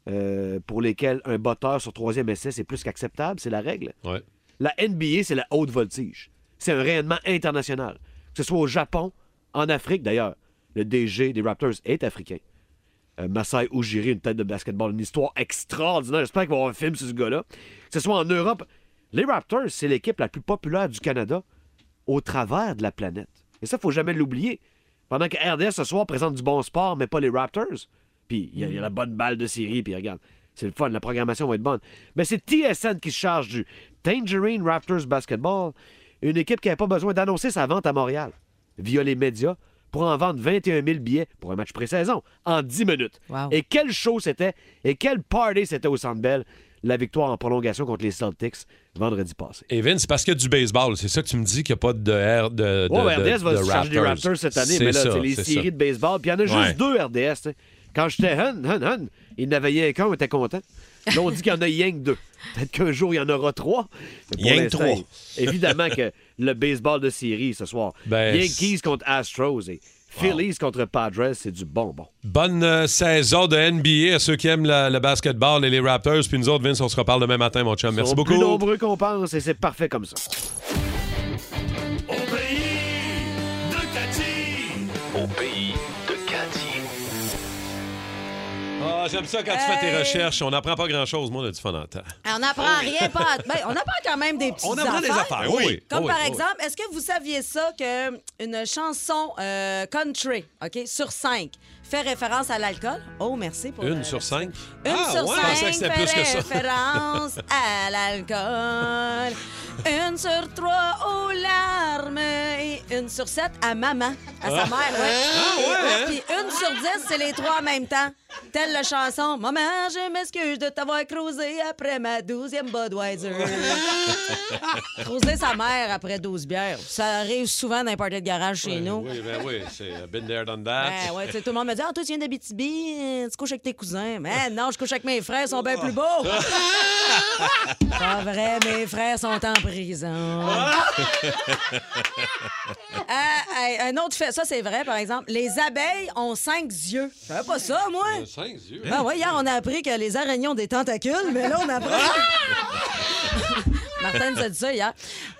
[SPEAKER 10] euh, pour lesquelles un botteur sur troisième essai, c'est plus qu'acceptable, c'est la règle.
[SPEAKER 3] Ouais.
[SPEAKER 10] La NBA, c'est la haute voltige. C'est un rayonnement international. Que ce soit au Japon, en Afrique d'ailleurs. Le DG des Raptors est africain. Euh, Masai Ujiri, une tête de basketball, une histoire extraordinaire. J'espère qu'il va y avoir un film sur ce gars-là. Que ce soit en Europe. Les Raptors, c'est l'équipe la plus populaire du Canada au travers de la planète. Et ça, faut jamais l'oublier. Pendant que RDS ce soir présente du bon sport, mais pas les Raptors. Puis il y, a- il y a la bonne balle de série, puis regarde, c'est le fun, la programmation va être bonne. Mais c'est TSN qui se charge du Tangerine Raptors Basketball, une équipe qui n'avait pas besoin d'annoncer sa vente à Montréal via les médias pour en vendre 21 000 billets pour un match pré-saison en 10 minutes.
[SPEAKER 5] Wow.
[SPEAKER 10] Et quelle show c'était et quelle party c'était au Centre Bell, la victoire en prolongation contre les Celtics vendredi passé.
[SPEAKER 3] Et Vince, c'est parce qu'il y a du baseball. C'est ça que tu me dis qu'il n'y a pas de, R, de, de,
[SPEAKER 10] Ouais, ben,
[SPEAKER 3] de-
[SPEAKER 10] RDS va
[SPEAKER 3] de
[SPEAKER 10] se charger des Raptors cette année, mais là,
[SPEAKER 3] ça,
[SPEAKER 10] c'est les
[SPEAKER 3] ça.
[SPEAKER 10] séries de baseball. Puis il y en a
[SPEAKER 3] Ouais.
[SPEAKER 10] juste deux RDS. tu sais. Quand j'étais hun, hun, hun, il n'avait rien qu'un, on était content. Là, on dit qu'il y en a rien que deux. Peut-être qu'un jour, il y en aura trois. Mais pour
[SPEAKER 3] Rien que
[SPEAKER 10] l'instant,
[SPEAKER 3] trois.
[SPEAKER 10] Évidemment que le baseball de série ce soir.
[SPEAKER 3] Ben,
[SPEAKER 10] Yankees contre Astros et Phillies contre Padres, c'est du bonbon.
[SPEAKER 3] Bonne euh, saison de NBA à ceux qui aiment la- le basketball et les Raptors. Puis nous autres, Vince, on se reparle demain matin, mon chum.
[SPEAKER 10] Ils
[SPEAKER 3] Merci
[SPEAKER 10] sont
[SPEAKER 3] beaucoup.
[SPEAKER 10] plus nombreux qu'on pense et c'est parfait comme ça.
[SPEAKER 3] Ah, j'aime ça quand tu fais tes recherches. On n'apprend pas grand-chose. Moi, on a du fun en temps.
[SPEAKER 5] On n'apprend rien. Pas à- ben, on apprend quand même des petites
[SPEAKER 3] Ah, On apprend des affaires, oui.
[SPEAKER 5] Comme
[SPEAKER 3] Oui,
[SPEAKER 5] par
[SPEAKER 3] oui.
[SPEAKER 5] exemple, est-ce que vous saviez ça que euh, une chanson euh, country, OK, sur cinq, fait référence à l'alcool? Oh, merci pour
[SPEAKER 3] Une
[SPEAKER 5] euh,
[SPEAKER 3] sur cinq?
[SPEAKER 5] Une
[SPEAKER 3] ah,
[SPEAKER 5] sur
[SPEAKER 3] ouais, je pensais
[SPEAKER 5] cinq
[SPEAKER 3] que c'était
[SPEAKER 5] fait
[SPEAKER 3] plus que ça.
[SPEAKER 5] référence à l'alcool. une sur trois aux larmes. Et une sur sept à maman, à sa mère. Ouais. Et-
[SPEAKER 3] Ah. ouais,
[SPEAKER 5] ouais,
[SPEAKER 3] hein?
[SPEAKER 5] Puis une sur dix, c'est les trois en même temps. Telle la chanson Maman, je m'excuse de t'avoir croisé après ma douzième Budweiser. croiser sa mère après 12 bières. Ça arrive souvent dans les parties de garage chez nous.
[SPEAKER 3] Oui, ben oui, c'est euh, been there, done that.
[SPEAKER 5] Ben ouais, tu sais, tout le monde me dit Ah, toi, tu viens d'Abitibi, euh, tu couches avec tes cousins. Mais non, je couche avec mes frères, ils sont bien plus beaux. Pas vrai, mes frères sont en prison. Euh, hey, un autre fait, ça c'est vrai, par exemple. Les abeilles ont cinq yeux. Je savais pas ça, moi.
[SPEAKER 3] Cinq yeux.
[SPEAKER 5] Ben ouais, hier, on a appris que les araignées ont des tentacules, mais là, on apprend. Martin nous a dit ça hier.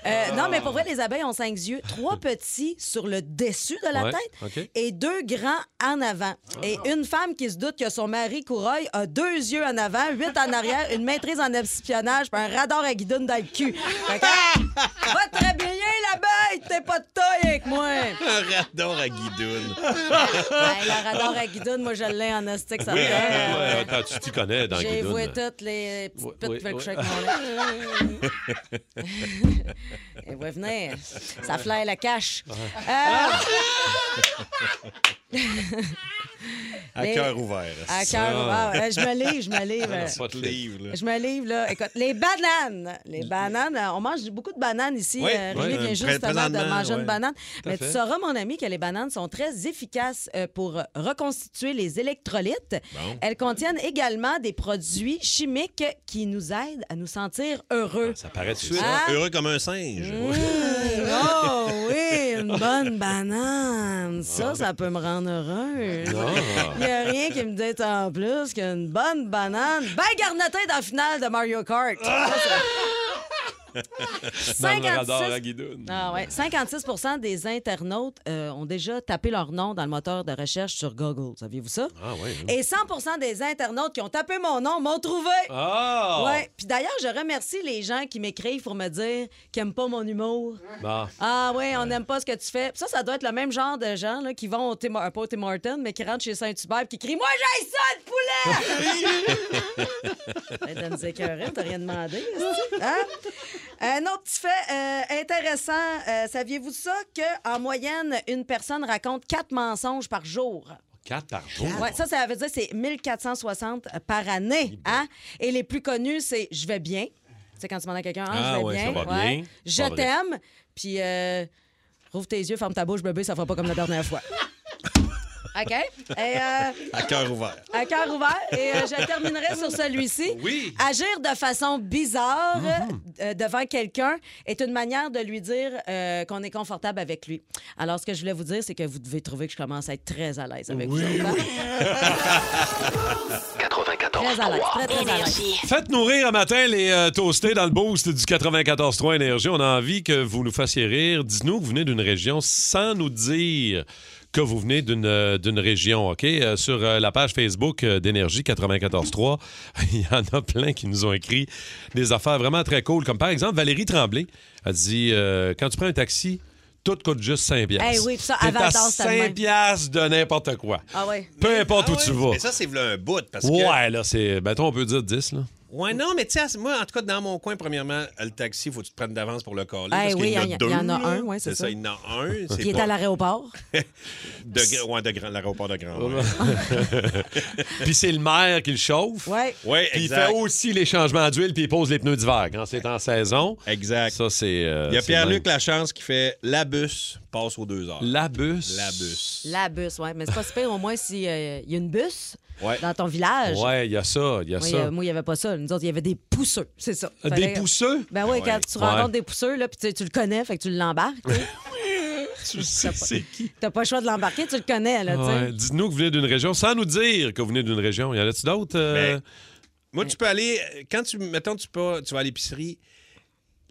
[SPEAKER 5] Euh, Non, mais pour vrai, les abeilles ont cinq yeux. Trois petits sur le dessus de la
[SPEAKER 3] Ouais,
[SPEAKER 5] tête
[SPEAKER 3] OK. Ah.
[SPEAKER 5] et deux grands en avant. Et une femme qui se doute que son mari Coureuil a deux yeux en avant, huit en arrière, une maîtrise en espionnage puis un radar à guidon dans le cul. Fait que, va te réveiller, l'abeille! T'es pas de taille avec moi!
[SPEAKER 4] Un radar à guidoune.
[SPEAKER 5] Ben, le radar à guidoune, moi, je l'ai en astique, ça me fait.
[SPEAKER 3] Ouais, attends, tu t'y connais dans
[SPEAKER 5] J'ai
[SPEAKER 3] Guidoune.
[SPEAKER 5] voué toutes les euh, petites putes
[SPEAKER 3] oui,
[SPEAKER 5] qui veulent
[SPEAKER 3] oui.
[SPEAKER 5] coucher avec mon lait. Et ouais, venez. Ça flaire la cache. Euh,
[SPEAKER 4] Ah! À
[SPEAKER 5] Les-
[SPEAKER 4] cœur ouvert.
[SPEAKER 5] à cœur ouvert. Euh, Je me livre, je me
[SPEAKER 4] Ah,
[SPEAKER 5] livre.
[SPEAKER 3] Pas de livre.
[SPEAKER 4] Livre, là.
[SPEAKER 5] Je me livre, là. Écoute, les bananes. Les bananes. euh, On mange beaucoup de bananes ici.
[SPEAKER 4] Oui,
[SPEAKER 5] Euh, Rémi
[SPEAKER 4] oui,
[SPEAKER 5] vient
[SPEAKER 4] euh,
[SPEAKER 5] justement de
[SPEAKER 4] présentement,
[SPEAKER 5] manger
[SPEAKER 4] ouais.
[SPEAKER 5] une banane. Mais
[SPEAKER 3] fait.
[SPEAKER 5] tu sauras, mon ami, que les bananes sont très efficaces euh, pour reconstituer les électrolytes.
[SPEAKER 4] Bon.
[SPEAKER 5] Elles contiennent également des produits chimiques qui nous aident à nous sentir heureux.
[SPEAKER 3] Ça paraît tout de suite.
[SPEAKER 5] Ah.
[SPEAKER 4] Heureux comme un singe.
[SPEAKER 5] Mmh, oh oui, une bonne banane. Ça, ça peut me rendre heureuse.
[SPEAKER 3] Ah.
[SPEAKER 5] Il n'y a rien qui me détend plus qu'une bonne banane. Ben garnotée dans la finale de Mario Kart.
[SPEAKER 3] Ah. Dans le radar
[SPEAKER 5] 56
[SPEAKER 3] à Guidoune.
[SPEAKER 5] Ah ouais. 56 des internautes euh, ont déjà tapé leur nom dans le moteur de recherche sur Google. Saviez-vous ça?
[SPEAKER 3] Ah oui. oui.
[SPEAKER 5] Et 100 des internautes qui ont tapé mon nom m'ont trouvé.
[SPEAKER 3] Ah!
[SPEAKER 5] Ouais. Puis d'ailleurs, je remercie les gens qui m'écrivent pour me dire qu'ils n'aiment pas mon humour.
[SPEAKER 3] Bon.
[SPEAKER 5] Ah oui, on n'aime pas ce que tu fais. Puis Ça, ça doit être le même genre de gens là, qui vont au Tim, euh, pas au Tim Hortons, mais qui rentrent chez Saint-Hubert et qui crient Moi, j'ai ça de poulet! Ben, T'as nous écœurer, t'as rien demandé. est-ce que- Hein? Un autre petit fait euh, intéressant. euh, Saviez-vous ça qu'en moyenne, une personne raconte quatre mensonges par jour?
[SPEAKER 3] Quatre par jour.
[SPEAKER 5] Ouais, ça, ça veut dire que c'est 1460 par année. Hein? Et les plus connus, c'est Je vais bien. Tu sais, quand tu demandes à quelqu'un, ah,
[SPEAKER 3] Ah
[SPEAKER 5] je vais
[SPEAKER 3] ouais,
[SPEAKER 5] bien.
[SPEAKER 3] ça va bien. Pas
[SPEAKER 5] Je
[SPEAKER 3] vrai.
[SPEAKER 5] t'aime. Puis, euh, rouvre tes yeux, ferme ta bouche, bébé, ça fera pas comme la dernière fois. OK? Et, euh,
[SPEAKER 4] À cœur ouvert.
[SPEAKER 5] à cœur ouvert. Et euh, je terminerai sur celui-ci.
[SPEAKER 3] Oui. Mhm.
[SPEAKER 5] Agir de façon bizarre euh, devant quelqu'un est une manière de lui dire euh, qu'on est confortable avec lui. Alors, ce que je voulais vous dire, c'est que vous devez trouver que je commence à être très à l'aise avec vous. autres, hein?
[SPEAKER 2] 94.
[SPEAKER 5] Très à l'aise, très, très à l'aise.
[SPEAKER 1] Énergie.
[SPEAKER 3] Faites nourrir un matin les euh, toastés dans le boost du 94.3 Énergie. On a envie que vous nous fassiez rire. Dites-nous que vous venez d'une région sans nous dire que vous venez d'une euh, d'une région, OK? Euh, sur euh, la page Facebook euh, d'Énergie 94.3, il y en a plein qui nous ont écrit des affaires vraiment très cool. Comme par exemple, Valérie Tremblay a dit euh, Quand tu prends un taxi, tout coûte juste 5 piastres.
[SPEAKER 5] Eh oui, puis ça,
[SPEAKER 3] T'es
[SPEAKER 5] avant
[SPEAKER 3] à
[SPEAKER 5] d'or, c'était le
[SPEAKER 3] 5
[SPEAKER 5] même.
[SPEAKER 3] piastres de n'importe quoi.
[SPEAKER 5] Ah ouais.
[SPEAKER 3] Peu importe où tu vas.
[SPEAKER 4] Mais ça, c'est v'là un bout. Parce que...
[SPEAKER 3] Ouais, là, c'est. Ben, toi, on peut dire 10, là.
[SPEAKER 4] Ouais, non, mais tu sais, moi, en tout cas, dans mon coin, premièrement, le taxi, il faut que tu te prennes d'avance pour le coller.
[SPEAKER 5] Ah
[SPEAKER 4] parce
[SPEAKER 5] oui,
[SPEAKER 4] qu'il y, en a
[SPEAKER 5] il y en-
[SPEAKER 4] deux,
[SPEAKER 5] il y en a
[SPEAKER 4] là.
[SPEAKER 5] un, ouais, c'est ça.
[SPEAKER 4] Il y en a un.
[SPEAKER 5] Qui
[SPEAKER 4] C'est
[SPEAKER 5] est
[SPEAKER 4] pas
[SPEAKER 5] à l'aéroport.
[SPEAKER 4] de, gra- ouais, de grand- l'aéroport de Grand. Ouais,
[SPEAKER 3] Puis c'est le maire qui le chauffe.
[SPEAKER 5] Ouais.
[SPEAKER 4] ouais
[SPEAKER 3] Puis il
[SPEAKER 4] exact.
[SPEAKER 3] fait aussi les changements d'huile, puis il pose les pneus d'hiver quand c'est en saison.
[SPEAKER 4] Exact.
[SPEAKER 3] Ça, c'est. euh,
[SPEAKER 4] Il y a
[SPEAKER 3] c'est
[SPEAKER 4] Pierre-Luc
[SPEAKER 3] même.
[SPEAKER 4] Lachance qui fait la bus passe aux deux heures.
[SPEAKER 3] La bus.
[SPEAKER 4] La bus.
[SPEAKER 5] La bus, ouais. Mais c'est pas super, au moins, s'il y a une bus
[SPEAKER 4] Ouais.
[SPEAKER 5] dans ton village.
[SPEAKER 3] Ouais, il y a ça, il y a
[SPEAKER 5] euh, Moi, il y a-
[SPEAKER 3] ça.
[SPEAKER 5] moi, il n'y avait pas ça. Nous autres, il y avait des pousseux, c'est ça.
[SPEAKER 3] Des
[SPEAKER 5] Fallait-
[SPEAKER 3] pousseux?
[SPEAKER 5] Ben oui, quand tu
[SPEAKER 3] Ouais.
[SPEAKER 5] rencontres des pousseux, là, puis tu, tu le connais, fait que tu l'embarques. tu sais.
[SPEAKER 3] Tu sais, c'est qui?
[SPEAKER 5] T'as pas le choix de l'embarquer, tu le connais, là, tu sais.
[SPEAKER 3] Ouais. Dites-nous que vous venez d'une région, sans nous dire que vous venez d'une région. Y en a-tu d'autres? euh?
[SPEAKER 4] Ben, Moi, tu peux aller. Quand tu. Mettons, tu, pas, tu vas à l'épicerie,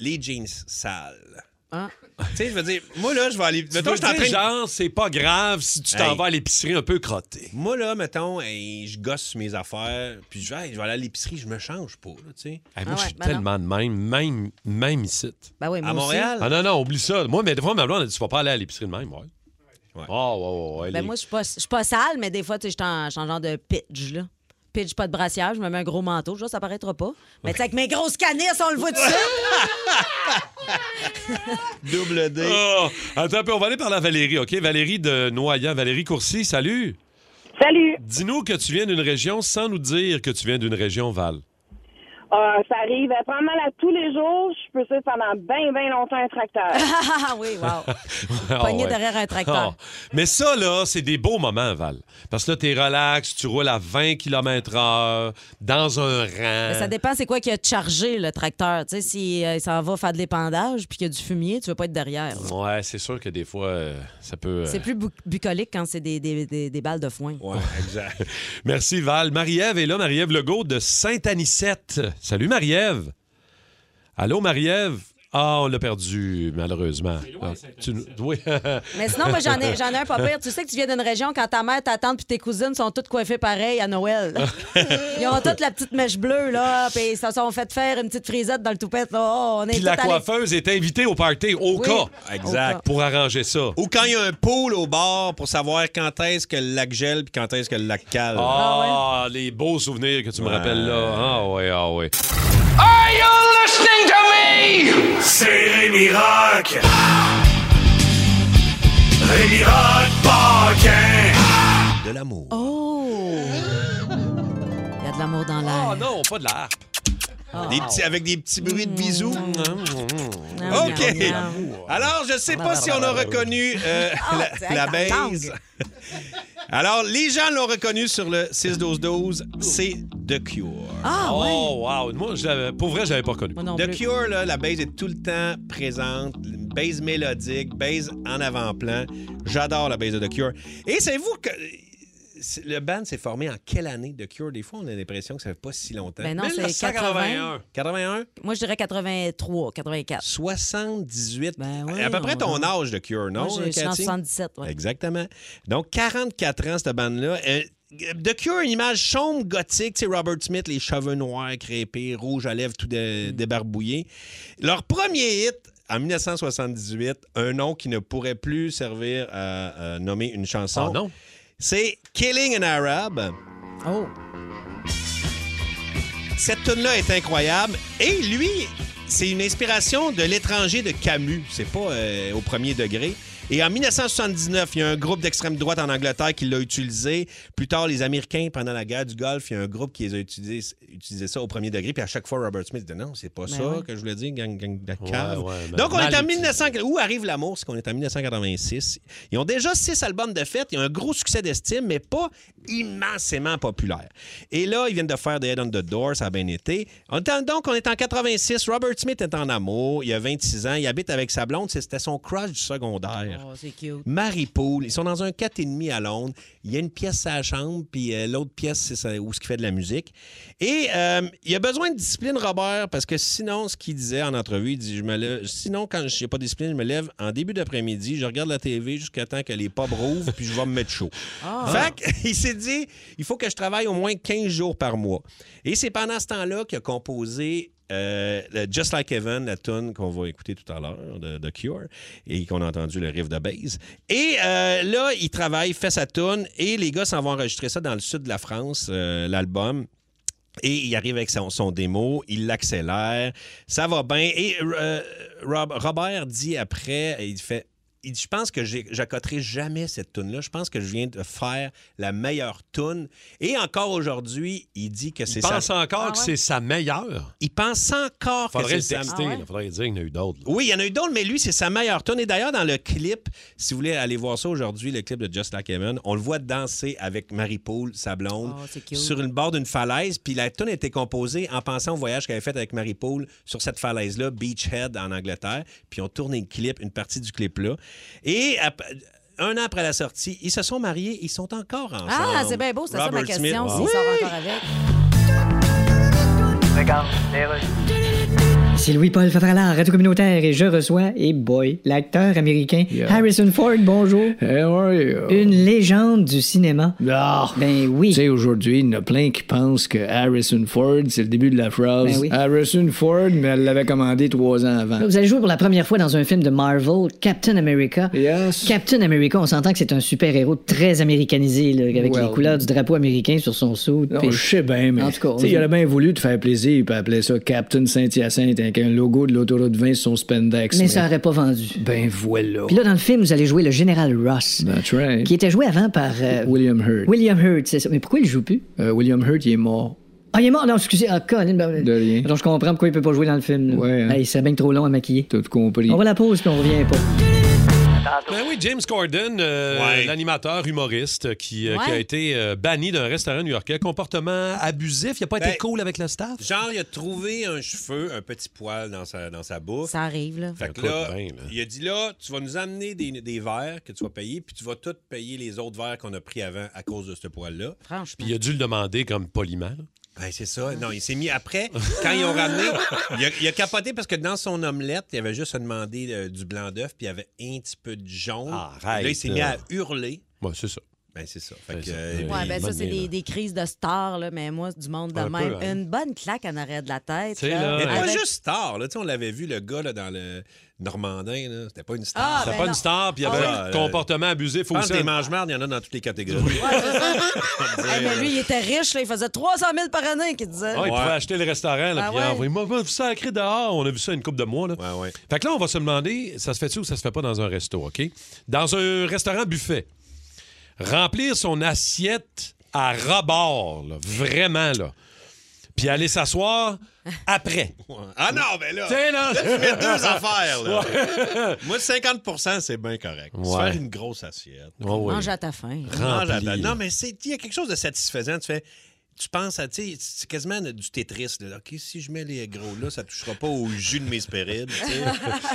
[SPEAKER 4] les jeans sales.
[SPEAKER 5] Ah.
[SPEAKER 4] Tu sais, je veux dire, moi là, je vais aller.
[SPEAKER 3] Tu veux
[SPEAKER 4] je suis en
[SPEAKER 3] dire,
[SPEAKER 4] train de-
[SPEAKER 3] genre, c'est pas grave si tu t'en
[SPEAKER 4] Hey.
[SPEAKER 3] vas à l'épicerie un peu crotté.
[SPEAKER 4] Moi, là, mettons, hey, je gosse sur mes affaires, puis je vais, hey, je vais aller à l'épicerie, je me change pas, là, tu sais.
[SPEAKER 5] Ah
[SPEAKER 3] Hey, moi, je
[SPEAKER 5] ouais,
[SPEAKER 3] suis
[SPEAKER 5] ben
[SPEAKER 3] tellement de même, même, même ici.
[SPEAKER 5] Ben oui, moi
[SPEAKER 4] À
[SPEAKER 5] aussi.
[SPEAKER 4] Montréal?
[SPEAKER 3] Ah non, non, oublie ça. Moi, mais des fois, ma blonde, elle dit, tu vas pas aller à l'épicerie de même, ouais. Ouais. Oh, ouais, ouais, ouais.
[SPEAKER 5] Ben
[SPEAKER 3] les-
[SPEAKER 5] moi, je suis pas- je suis pas sale, mais des fois, tu sais, je suis en je suis en genre de pitch, là. Pitch, pas de brassière, je me mets un gros manteau, je vois, ça paraîtra pas. Mais tu sais, avec mes grosses canisses, on le voit dessus.
[SPEAKER 4] Double D.
[SPEAKER 3] Ah! attends un peu, on va aller parler à Valérie, OK? Valérie de Noyant. Valérie Courcy, salut.
[SPEAKER 11] Salut.
[SPEAKER 3] Dis-nous que tu viens d'une région sans nous dire que tu viens d'une région, Val.
[SPEAKER 11] Ah, ça arrive euh, pas mal à tous les jours. Je peux suivre pendant bien, bien longtemps un tracteur.
[SPEAKER 5] Ah oui, wow. Pogné derrière un tracteur.
[SPEAKER 3] Ah. Mais ça, là, c'est des beaux moments, Val. Parce que là, t'es relax, tu roules à 20 km h dans un rang.
[SPEAKER 5] Mais ça dépend, c'est quoi qui a chargé le tracteur. Tu sais, si euh, il s'en va faire de l'épandage puis qu'il y a du fumier, tu veux pas être derrière. là.
[SPEAKER 3] Ouais, c'est sûr que des fois, euh, ça peut... euh,
[SPEAKER 5] C'est plus bu- bucolique quand c'est des, des- des- des balles de foin.
[SPEAKER 4] Ouais, exact.
[SPEAKER 3] Merci, Val. Marie-Ève est là, Marie-Ève Legault de Sainte-Anicette. Salut, Marie-Ève. Allô, Marie-Ève. Ah, on l'a perdu, malheureusement. Ah, tu nous- oui.
[SPEAKER 5] Mais sinon, moi, j'en ai, j'en ai un pas pire. Tu sais que tu viens d'une région quand ta mère, ta tante puis tes cousines sont toutes coiffées pareil à Noël. Ils ont toutes la petite mèche bleue, là, puis ils se sont fait faire une petite frisette dans le toupette. Là. Oh, on est
[SPEAKER 3] Puis la
[SPEAKER 5] toutes allées-
[SPEAKER 3] coiffeuse est invitée au party, au
[SPEAKER 5] Oui.
[SPEAKER 3] cas.
[SPEAKER 5] Exact. Au cas.
[SPEAKER 3] Pour arranger ça.
[SPEAKER 4] Ah. Ou quand il y a un pôle au bord pour savoir quand est-ce que le lac gèle puis quand est-ce que le lac cale.
[SPEAKER 3] Ah, les beaux souvenirs que tu me rappelles là. Ah, ouais, ah, ouais.
[SPEAKER 7] Are you listening to me?
[SPEAKER 12] C'est Rémi Rock. Rémi Rock Paquin.
[SPEAKER 4] De l'amour.
[SPEAKER 5] Oh! Il y a de l'amour dans
[SPEAKER 4] Ah,
[SPEAKER 5] l'air.
[SPEAKER 3] Ah non, pas de la harpe.
[SPEAKER 5] Ah.
[SPEAKER 4] Des petits- avec des petits bruits de bisous.
[SPEAKER 5] Mm.
[SPEAKER 4] Ah,
[SPEAKER 5] Miam,
[SPEAKER 4] OK.
[SPEAKER 5] miam, miam.
[SPEAKER 4] Alors, je sais pas si on a reconnu euh,
[SPEAKER 5] Ah, c'est
[SPEAKER 4] la, la
[SPEAKER 5] avec ta
[SPEAKER 4] base. Alors, les gens l'ont reconnu sur le 6-12-12. C'est The Cure.
[SPEAKER 5] Ah, ouais.
[SPEAKER 3] Oh, wow. Moi, je l'avais- pour vrai, je l'avais pas connu.
[SPEAKER 5] Moi non
[SPEAKER 4] The
[SPEAKER 5] plus.
[SPEAKER 4] Cure, là, la base est tout le temps présente, une base mélodique, base en avant-plan. J'adore la base de The Cure. Et savez-vous que c'est- le band s'est formé en quelle année The Cure? Des fois, on a l'impression que ça fait pas si longtemps.
[SPEAKER 5] Ben non, c'est
[SPEAKER 3] 1981.
[SPEAKER 4] 81,
[SPEAKER 5] Moi, je dirais 83, 84.
[SPEAKER 4] 78.
[SPEAKER 5] Ben oui,
[SPEAKER 4] à peu près
[SPEAKER 5] on-
[SPEAKER 4] ton âge, The Cure, non?
[SPEAKER 5] Moi, j'ai- je suis en
[SPEAKER 4] Ah Cathy?
[SPEAKER 5] 77, ouais.
[SPEAKER 4] Exactement. Donc, 44 ans, cette bande-là. Euh, The Cure, une image sombre gothique, tu sais, Robert Smith, les cheveux noirs, crépés, rouge à lèvres, tout
[SPEAKER 5] Hmm.
[SPEAKER 4] dé- débarbouillé. Leur premier hit, en 1978, un nom qui ne pourrait plus servir à, à nommer une chanson.
[SPEAKER 3] Ah, non.
[SPEAKER 4] C'est Killing an Arab.
[SPEAKER 5] Oh!
[SPEAKER 4] Cette tune-là est incroyable. Et lui, c'est une inspiration de l'étranger de Camus. C'est pas euh, au premier degré. Et en 1979, il y a un groupe d'extrême droite en Angleterre qui l'a utilisé. Plus tard, les Américains, pendant la guerre du Golfe, il y a un groupe qui les a utilisés, utilisé ça au premier degré. Puis à chaque fois, Robert Smith dit non, c'est pas ça
[SPEAKER 5] ouais.
[SPEAKER 4] que je voulais dire, gang, gang de la cave.
[SPEAKER 3] ouais, mais
[SPEAKER 4] Donc, on
[SPEAKER 3] mal
[SPEAKER 4] est en
[SPEAKER 3] utilisé.
[SPEAKER 4] 1900. Où arrive l'amour? C'est qu'on est en 1986. Ils ont déjà six albums de fête. Ils ont un gros succès d'estime, mais pas immensément populaire. Et là, ils viennent de faire The Head on the Door. Ça a bien été. On est en- donc, on est en 86. Robert Smith est en amour. Il a 26 ans. Il habite avec sa blonde. C'était son crush du secondaire.
[SPEAKER 5] Oh, c'est cute.
[SPEAKER 4] Marie-Paul, ils sont dans un 4,5 à Londres. Il y a une pièce à la chambre, puis euh, l'autre pièce, c'est ça- où ce qui fait de la musique. Et euh, il a besoin de discipline, Robert, parce que sinon, ce qu'il disait en entrevue, il dit je me lève, Sinon, quand je n'ai pas de discipline, je me lève en début d'après-midi, je regarde la TV jusqu'à temps que les pubs rouvrent, puis je vais me mettre chaud.
[SPEAKER 3] Ah.
[SPEAKER 4] Ah. Fait qu'il s'est dit il faut que je travaille au moins 15 jours par mois. Et c'est pendant ce temps-là qu'il a composé euh, le Just Like Heaven, la tune qu'on va écouter tout à l'heure de, de Cure et qu'on a entendu le riff de base. Et euh, là, il travaille, fait sa tune et les gars s'en vont enregistrer ça dans le sud de la France, euh, l'album. Et il arrive avec son, son démo, il l'accélère, ça va bien. Et euh, Rob- Robert dit après, il fait, il dit, je pense que j'ai- j'accoterai jamais cette tune là Je pense que je viens de faire la meilleure tune. Et encore aujourd'hui, il dit que c'est
[SPEAKER 3] Il
[SPEAKER 4] ça.
[SPEAKER 3] pense encore que c'est sa meilleure.
[SPEAKER 4] Il pense encore que
[SPEAKER 3] Faudrait
[SPEAKER 4] c'est
[SPEAKER 3] le
[SPEAKER 4] sa
[SPEAKER 3] texter.
[SPEAKER 5] Ah ouais?
[SPEAKER 3] là. Faudrait dire qu'il y en a eu d'autres. là.
[SPEAKER 4] oui, il y en a eu d'autres, mais lui, c'est sa meilleure tune. Et d'ailleurs, dans le clip, si vous voulez aller voir ça aujourd'hui, le clip de Just Like Heaven, on le voit danser avec Marie-Paul, sa blonde,
[SPEAKER 5] Oh, c'est cute.
[SPEAKER 4] sur une bord d'une falaise. Puis la tune a été composée en pensant au voyage qu'elle avait fait avec Marie-Paul sur cette falaise-là, Beachhead, en Angleterre. Puis on tourné le clip, une partie du clip-là. Et ap- Un an après la sortie, ils se sont mariés, ils sont encore ensemble.
[SPEAKER 5] Ah, c'est bien beau, c'est ça ma
[SPEAKER 4] Robert Smith. Ah
[SPEAKER 5] question. S'il
[SPEAKER 4] Oui.
[SPEAKER 5] sort encore avec.
[SPEAKER 9] c'est Louis-Paul Favralard, Radio Communautaire, et je reçois, et boy, l'acteur américain
[SPEAKER 13] Yeah. Eh
[SPEAKER 9] Harrison Ford, bonjour.
[SPEAKER 13] How are you?
[SPEAKER 9] Une légende du cinéma. Ben oui.
[SPEAKER 13] Ah. Tu sais, aujourd'hui, il y en a plein qui pensent que Harrison Ford, c'est le début de la phrase.
[SPEAKER 9] Ben oui.
[SPEAKER 13] Harrison Ford, mais elle l'avait commandé trois ans avant.
[SPEAKER 9] Vous allez jouer pour la première fois dans un film de Marvel, Captain America.
[SPEAKER 13] Yes.
[SPEAKER 9] Captain America, on s'entend que c'est un super-héros très américanisé, là, avec
[SPEAKER 13] Well.
[SPEAKER 9] les couleurs du drapeau américain sur son sou.
[SPEAKER 13] Non,
[SPEAKER 9] puis-
[SPEAKER 13] je sais bien, mais
[SPEAKER 9] En tout cas, on-
[SPEAKER 13] tu sais, il aurait bien voulu te faire plaisir et appeler ça Captain Saint-Hyacinthe avec un logo de l'autoroute 20 sur son spandex.
[SPEAKER 9] mais ça aurait pas vendu.
[SPEAKER 13] Ben voilà.
[SPEAKER 9] Puis là, dans le film, vous allez jouer le général Ross,
[SPEAKER 13] That's right.
[SPEAKER 9] qui était joué avant par euh,
[SPEAKER 13] William Hurt.
[SPEAKER 9] William Hurt, c'est ça. Mais pourquoi il joue plus?
[SPEAKER 13] Euh, William Hurt, il est mort.
[SPEAKER 9] Ah, il est mort? Non, excusez. Ah, Colin. ben,
[SPEAKER 13] De rien.
[SPEAKER 9] Donc, je comprends pourquoi il peut pas jouer dans le film. là.
[SPEAKER 13] Ouais, hein.
[SPEAKER 9] Hey, c'est bien trop long à maquiller.
[SPEAKER 13] T'as tout compris.
[SPEAKER 9] On va à la pause, puis on revient pas.
[SPEAKER 3] Ben oui, James Corden, euh, l'animateur humoriste euh, qui, euh, qui a
[SPEAKER 4] Ouais.
[SPEAKER 3] été euh, banni d'un restaurant new-yorkais. Comportement abusif, il n'a pas été
[SPEAKER 4] Ben,
[SPEAKER 3] cool avec le staff.
[SPEAKER 4] Genre, il a trouvé un cheveu, un petit poil dans sa, dans sa bouffe.
[SPEAKER 5] Ça arrive, là.
[SPEAKER 4] Fait que là, il a dit là, tu vas nous amener des, des verres que tu vas payer, puis tu vas tout payer les autres verres qu'on a pris avant à cause de ce poil-là.
[SPEAKER 5] Franchement.
[SPEAKER 3] Puis il a dû le demander comme poliment. là.
[SPEAKER 4] Ben, c'est ça. Non, il s'est mis après. Quand ils ont ramené, il a, il a capoté parce que dans son omelette, il avait juste demandé euh, du blanc d'œuf, puis il y avait un petit peu de jaune.
[SPEAKER 3] Arrête,
[SPEAKER 4] là, il s'est
[SPEAKER 3] là.
[SPEAKER 4] mis à hurler.
[SPEAKER 3] Ouais, c'est ça.
[SPEAKER 4] Ben, c'est ça. Fait que,
[SPEAKER 3] ça.
[SPEAKER 4] euh,
[SPEAKER 5] Ouais, ben ça,
[SPEAKER 4] bonne
[SPEAKER 5] c'est
[SPEAKER 4] nuit,
[SPEAKER 5] des,
[SPEAKER 4] là.
[SPEAKER 5] des crises de stars, là, mais moi, du monde de
[SPEAKER 4] Un peu,
[SPEAKER 5] même.
[SPEAKER 4] hein.
[SPEAKER 5] Une bonne claque en arrêt de la tête.
[SPEAKER 4] Mais
[SPEAKER 5] là,
[SPEAKER 4] pas
[SPEAKER 5] avec-
[SPEAKER 4] juste star. Là, Tu sais, on l'avait vu, le gars là, dans le Normandin. là, C'était pas une
[SPEAKER 5] Ah,
[SPEAKER 4] star.
[SPEAKER 5] C'était ben pas non. Ah une
[SPEAKER 3] star, puis il y avait un comportement abusif
[SPEAKER 4] Je pense
[SPEAKER 3] aussi.
[SPEAKER 4] que Des mange-mardes, il y en a dans toutes les catégories.
[SPEAKER 5] Eh,
[SPEAKER 3] Euh,
[SPEAKER 5] mais lui, il était riche, là, il faisait 300 000 par année, qu'il disait.
[SPEAKER 3] Ah, il pouvait acheter le restaurant, là,
[SPEAKER 5] Ah
[SPEAKER 3] puis il a
[SPEAKER 5] ouais.
[SPEAKER 3] envoyé, Moi, va vous sacrer dehors. On a vu ça une couple de mois. Là. Fait que là, on va se demander, ça se fait-tu ou ça se fait pas dans un resto, OK? Dans un restaurant buffet, remplir son assiette à rebord, là, vraiment, là. Puis aller s'asseoir après.
[SPEAKER 4] Ah non, mais là,
[SPEAKER 3] Tiens, là.
[SPEAKER 4] là, tu mets deux affaires. Là.
[SPEAKER 3] Ouais.
[SPEAKER 4] Moi, 50 c'est bien correct. Se
[SPEAKER 3] Ouais.
[SPEAKER 4] Faire une grosse assiette.
[SPEAKER 3] oui.
[SPEAKER 5] Mange à ta faim.
[SPEAKER 4] Mange à ta-
[SPEAKER 3] Rempli.
[SPEAKER 4] Non, mais c'est- il y a quelque chose de satisfaisant. Tu fais... Tu penses à, tu sais, c'est quasiment du Tetris. Là. OK, si je mets les gros là, ça touchera pas au jus de mes spérides. tu sais.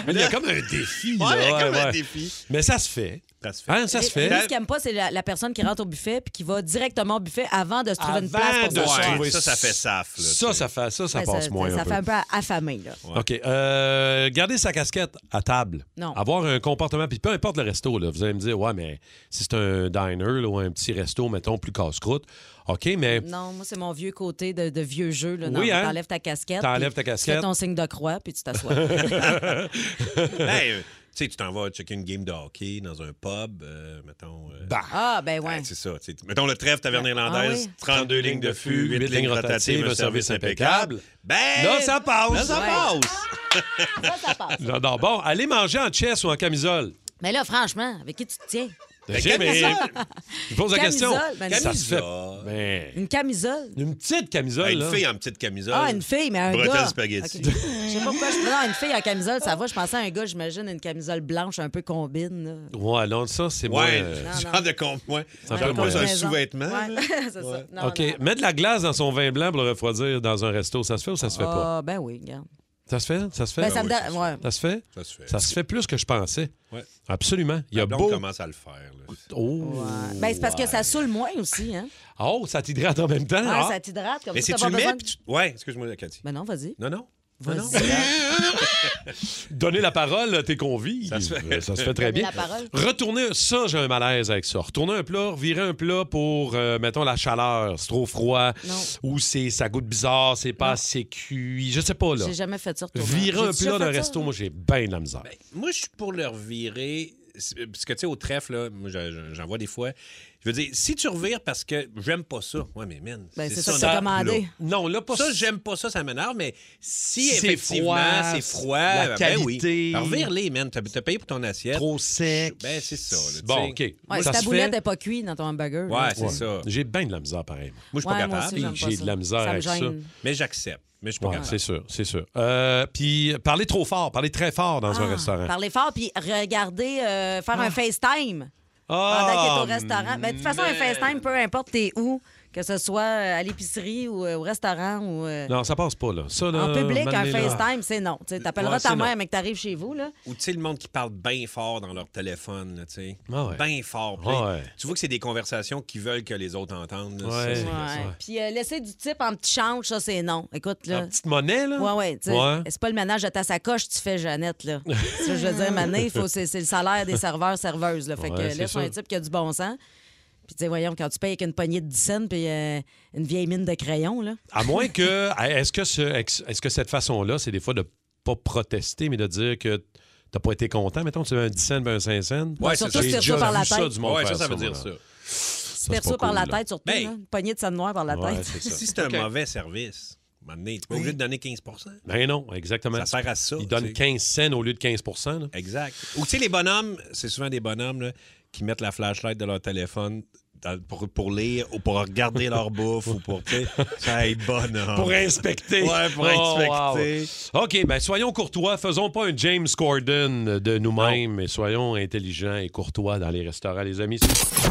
[SPEAKER 3] Mais il y a comme un défi. là,
[SPEAKER 4] Ouais, il y a comme un
[SPEAKER 3] ouais.
[SPEAKER 4] défi.
[SPEAKER 3] Mais ça se fait. Hein, Ça se fait.
[SPEAKER 5] Lui, ce qu'il aime pas, c'est la, la personne qui rentre au buffet puis qui va directement au buffet avant de se trouver une place
[SPEAKER 3] Avant
[SPEAKER 5] pour
[SPEAKER 3] de
[SPEAKER 5] s'asseoir.
[SPEAKER 3] se trouver
[SPEAKER 4] ça, ça fait saf, là,
[SPEAKER 3] ça, ça fait ça, ça
[SPEAKER 5] Ouais,
[SPEAKER 3] passe moins
[SPEAKER 5] Ça
[SPEAKER 3] un peu.
[SPEAKER 5] fait un peu affamé, là.
[SPEAKER 3] OK. Euh, garder sa casquette à table.
[SPEAKER 5] Non.
[SPEAKER 3] Avoir un comportement, puis peu importe le resto, là, vous allez me dire, ouais, mais si c'est un diner là, ou un petit resto, mettons, plus casse-croûte, OK, mais
[SPEAKER 5] Non, moi, c'est mon vieux côté de, de vieux jeu. Là. Non,
[SPEAKER 3] Oui, hein?
[SPEAKER 5] T'enlèves ta casquette.
[SPEAKER 3] T'enlèves
[SPEAKER 5] puis
[SPEAKER 3] ta
[SPEAKER 5] Tu
[SPEAKER 3] casquette.
[SPEAKER 5] fais ton signe de croix, puis tu t'assois.
[SPEAKER 4] Hey, euh, tu sais, tu t'en vas checker une game de hockey dans un pub, euh, mettons. euh,
[SPEAKER 5] ah, ben ouais.
[SPEAKER 4] ouais, c'est ça. tu sais, Mettons le trève taverne irlandaise,
[SPEAKER 5] Ah oui.
[SPEAKER 4] 32 lignes de fût, 8 lignes rotatives, un service impeccable. Ben,
[SPEAKER 3] Là, ça passe.
[SPEAKER 4] Là, ça
[SPEAKER 3] Ouais.
[SPEAKER 4] passe.
[SPEAKER 5] Mm.
[SPEAKER 3] Non, non, bon, allez manger en chess ou en camisole.
[SPEAKER 5] Mais là, franchement, avec qui tu te tiens?
[SPEAKER 4] Ben,
[SPEAKER 3] Je sais, mais je pose la question.
[SPEAKER 5] Camisole, ben,
[SPEAKER 3] ça
[SPEAKER 5] non.
[SPEAKER 3] se fait. Ben,
[SPEAKER 5] Une camisole?
[SPEAKER 3] une petite camisole.
[SPEAKER 4] Ben, une
[SPEAKER 3] là.
[SPEAKER 4] fille en petite camisole.
[SPEAKER 5] Ah, une fille, mais un
[SPEAKER 4] Bretelles
[SPEAKER 5] gars.
[SPEAKER 4] spaghetti.
[SPEAKER 5] Ok. Je sais pas pourquoi je. Non, une fille en camisole, ça va. Je pensais à un gars, j'imagine, une camisole blanche un peu combine. là.
[SPEAKER 3] Ouais, non, ça, c'est moins.
[SPEAKER 4] hein. Ouais,
[SPEAKER 3] euh,
[SPEAKER 4] genre de con. Ouais.
[SPEAKER 3] C'est un
[SPEAKER 4] Genre
[SPEAKER 3] peu moins-
[SPEAKER 4] un
[SPEAKER 3] Combinaison.
[SPEAKER 4] sous-vêtement.
[SPEAKER 5] Ouais,
[SPEAKER 4] là.
[SPEAKER 5] c'est ça. Non,
[SPEAKER 3] OK.
[SPEAKER 5] Ah, non.
[SPEAKER 3] Mettre de la glace dans son vin blanc pour le refroidir dans un resto, ça se fait ou ça se fait pas?
[SPEAKER 5] Ah, ben oui, regarde.
[SPEAKER 3] Ça se fait? Ça se fait? Ah
[SPEAKER 5] Ben, ça me da- ouais.
[SPEAKER 3] Ça se fait?
[SPEAKER 4] Ça se fait.
[SPEAKER 3] Ça se fait plus que je pensais.
[SPEAKER 4] Ouais.
[SPEAKER 3] Absolument. Il y a
[SPEAKER 4] Ma blonde
[SPEAKER 3] beau...
[SPEAKER 4] commence à le faire. là.
[SPEAKER 3] Oh!
[SPEAKER 5] Ben, c'est parce que ça saoule moins aussi, hein?
[SPEAKER 3] Oh, ça t'hydrate en même temps.
[SPEAKER 5] Ouais,
[SPEAKER 3] Ah.
[SPEAKER 5] ça t'hydrate. Comme
[SPEAKER 4] Mais
[SPEAKER 5] ça,
[SPEAKER 4] si
[SPEAKER 5] t'as
[SPEAKER 4] tu
[SPEAKER 5] pas
[SPEAKER 4] le mets,
[SPEAKER 5] besoin de-
[SPEAKER 4] puis tu... Ouais, excuse-moi, Cathy.
[SPEAKER 5] Ben non, vas-y.
[SPEAKER 4] Non, non. Non, non.
[SPEAKER 3] Donner la parole à tes convives. Euh, Ça se fait, très
[SPEAKER 5] Donner la
[SPEAKER 3] bien.
[SPEAKER 5] parole.
[SPEAKER 3] Retourner, ça, j'ai un malaise avec ça. Retourner un plat, virer un plat pour, euh, mettons, la chaleur. C'est trop froid.
[SPEAKER 5] Non.
[SPEAKER 3] Ou c'est, ça goûte bizarre, c'est pas assez cuit. Je sais pas, là.
[SPEAKER 5] J'ai jamais fait ça. retourner.
[SPEAKER 3] Virer un
[SPEAKER 5] J'ai-tu
[SPEAKER 3] plat
[SPEAKER 5] déjà
[SPEAKER 3] d'un
[SPEAKER 5] fait ça?
[SPEAKER 3] resto, moi, j'ai bien de la misère.
[SPEAKER 4] Ben, Moi, je suis pour le revirer. C'est- euh, Parce que, tu sais, au trèfle, là, moi, je- je- j'en vois des fois. Je veux dire, si tu revires parce que j'aime pas ça, ouais, mais man.
[SPEAKER 5] Ben, c'est ça que t'as
[SPEAKER 4] notre
[SPEAKER 5] commandé.
[SPEAKER 4] plat.
[SPEAKER 3] Non, là, pas
[SPEAKER 4] ça. j'aime pas ça, ça m'énerve, mais si
[SPEAKER 3] C'est
[SPEAKER 4] effectivement
[SPEAKER 3] froid,
[SPEAKER 4] c'est froid,
[SPEAKER 3] la
[SPEAKER 4] ben oui.
[SPEAKER 3] qualité.
[SPEAKER 4] Alors, Revire-les, man. T'as t'as payé pour ton assiette.
[SPEAKER 3] Trop sec.
[SPEAKER 4] Ben, c'est ça. là, tu
[SPEAKER 3] Bon,
[SPEAKER 4] sais.
[SPEAKER 3] OK.
[SPEAKER 5] Ouais, si
[SPEAKER 3] ça
[SPEAKER 5] ta
[SPEAKER 3] se
[SPEAKER 5] boulette
[SPEAKER 3] fait.
[SPEAKER 5] n'est pas cuite dans ton hamburger.
[SPEAKER 4] Ouais,
[SPEAKER 5] là.
[SPEAKER 4] c'est ça.
[SPEAKER 3] J'ai bien de la misère, pareil.
[SPEAKER 4] Moi, je suis pas
[SPEAKER 5] Ouais, moi aussi,
[SPEAKER 4] capable.
[SPEAKER 5] j'aime pas
[SPEAKER 3] J'ai de la misère
[SPEAKER 5] ça me
[SPEAKER 3] avec ça.
[SPEAKER 5] gêne.
[SPEAKER 4] Mais j'accepte. Mais je suis pas
[SPEAKER 3] Ouais,
[SPEAKER 4] capable.
[SPEAKER 3] c'est sûr, c'est sûr. Euh, puis euh, parler trop fort, parler très fort dans
[SPEAKER 5] Ah,
[SPEAKER 3] un restaurant.
[SPEAKER 5] Parler fort, puis regarder, euh, faire un FaceTime
[SPEAKER 3] Ah,
[SPEAKER 5] Ben, pendant qu'il est au restaurant. Mais de toute façon, un FaceTime, peu importe t'es où, que ce soit à l'épicerie ou euh, au restaurant ou euh,
[SPEAKER 3] Non, ça passe pas, là. Ça, là,
[SPEAKER 5] en public, un
[SPEAKER 3] Euh, m'amener là.
[SPEAKER 5] FaceTime, c'est non. Tu sais, t'appelleras
[SPEAKER 4] Ouais,
[SPEAKER 5] ta
[SPEAKER 4] c'est non.
[SPEAKER 5] mère, mais que t'arrives chez vous, là.
[SPEAKER 4] Ou tu sais, le monde qui parle bien fort dans leur téléphone, là, tu sais.
[SPEAKER 3] ouais.
[SPEAKER 4] Bien fort. Puis là,
[SPEAKER 3] Ah ouais.
[SPEAKER 4] Tu vois que c'est des conversations qu'ils veulent que les autres entendent. là. Ça,
[SPEAKER 3] Ouais.
[SPEAKER 4] c'est-
[SPEAKER 3] Ouais.
[SPEAKER 4] ça.
[SPEAKER 5] Puis euh, laisser du type en petit change, ça, c'est non. Écoute, là.
[SPEAKER 3] En petite monnaie, là?
[SPEAKER 5] Ouais, ouais. tu sais,
[SPEAKER 3] Ouais.
[SPEAKER 5] C'est pas le ménage de ta sacoche que tu fais, Jeannette, là. Tu sais, je veux dire, maintenant, il faut- c'est c'est le salaire des serveurs, serveuses, là.
[SPEAKER 14] Ouais,
[SPEAKER 5] Fait que
[SPEAKER 14] c'est
[SPEAKER 5] là, c'est
[SPEAKER 14] ça.
[SPEAKER 5] un type qui a du bon sens. Puis, tu sais, voyons, quand tu payes avec une poignée de 10 cents puis euh, une vieille mine de crayon, là.
[SPEAKER 3] À moins que. Est-ce que, ce, est-ce que cette façon-là, c'est des fois de pas protester, mais de dire que t'as pas été content? Mettons, tu veux un 10 cents, ben un 5 cents.
[SPEAKER 4] Ouais,
[SPEAKER 5] Surtout si
[SPEAKER 3] J'ai
[SPEAKER 5] tu
[SPEAKER 3] déjà
[SPEAKER 5] reçois par la
[SPEAKER 3] vu ça
[SPEAKER 5] tête.
[SPEAKER 3] du monde
[SPEAKER 4] Ouais,
[SPEAKER 3] faire
[SPEAKER 4] ça, ça veut
[SPEAKER 3] moi,
[SPEAKER 4] dire
[SPEAKER 3] là.
[SPEAKER 4] ça.
[SPEAKER 5] Tu
[SPEAKER 3] c'est
[SPEAKER 5] perçois
[SPEAKER 3] pas
[SPEAKER 5] par
[SPEAKER 3] cool,
[SPEAKER 5] la
[SPEAKER 3] là.
[SPEAKER 5] tête, surtout,
[SPEAKER 4] Ben,
[SPEAKER 5] là. Une poignée de cendre noire par la
[SPEAKER 3] Ouais,
[SPEAKER 5] tête.
[SPEAKER 3] c'est ça.
[SPEAKER 4] Si c'est un
[SPEAKER 3] Ok.
[SPEAKER 4] mauvais service, maintenant, tu pas obligé de donner 15
[SPEAKER 3] Ben non, exactement.
[SPEAKER 4] Ça sert à ça.
[SPEAKER 3] Ils donnent
[SPEAKER 4] tu sais.
[SPEAKER 3] 15 cents au lieu de 15 là.
[SPEAKER 4] Exact. Ou tu sais, les bonhommes, c'est souvent des bonhommes là, qui mettent la flashlight de leur téléphone dans- pour, pour lire ou pour regarder leur bouffe ou pour. tu sais, Ça est bonhomme.
[SPEAKER 3] Pour inspecter.
[SPEAKER 4] Ouais, pour
[SPEAKER 3] Oh,
[SPEAKER 4] inspecter.
[SPEAKER 3] wow. OK, ben soyons courtois. Faisons pas un James Corden de nous-mêmes, mais soyons intelligents et courtois dans les restaurants, les amis.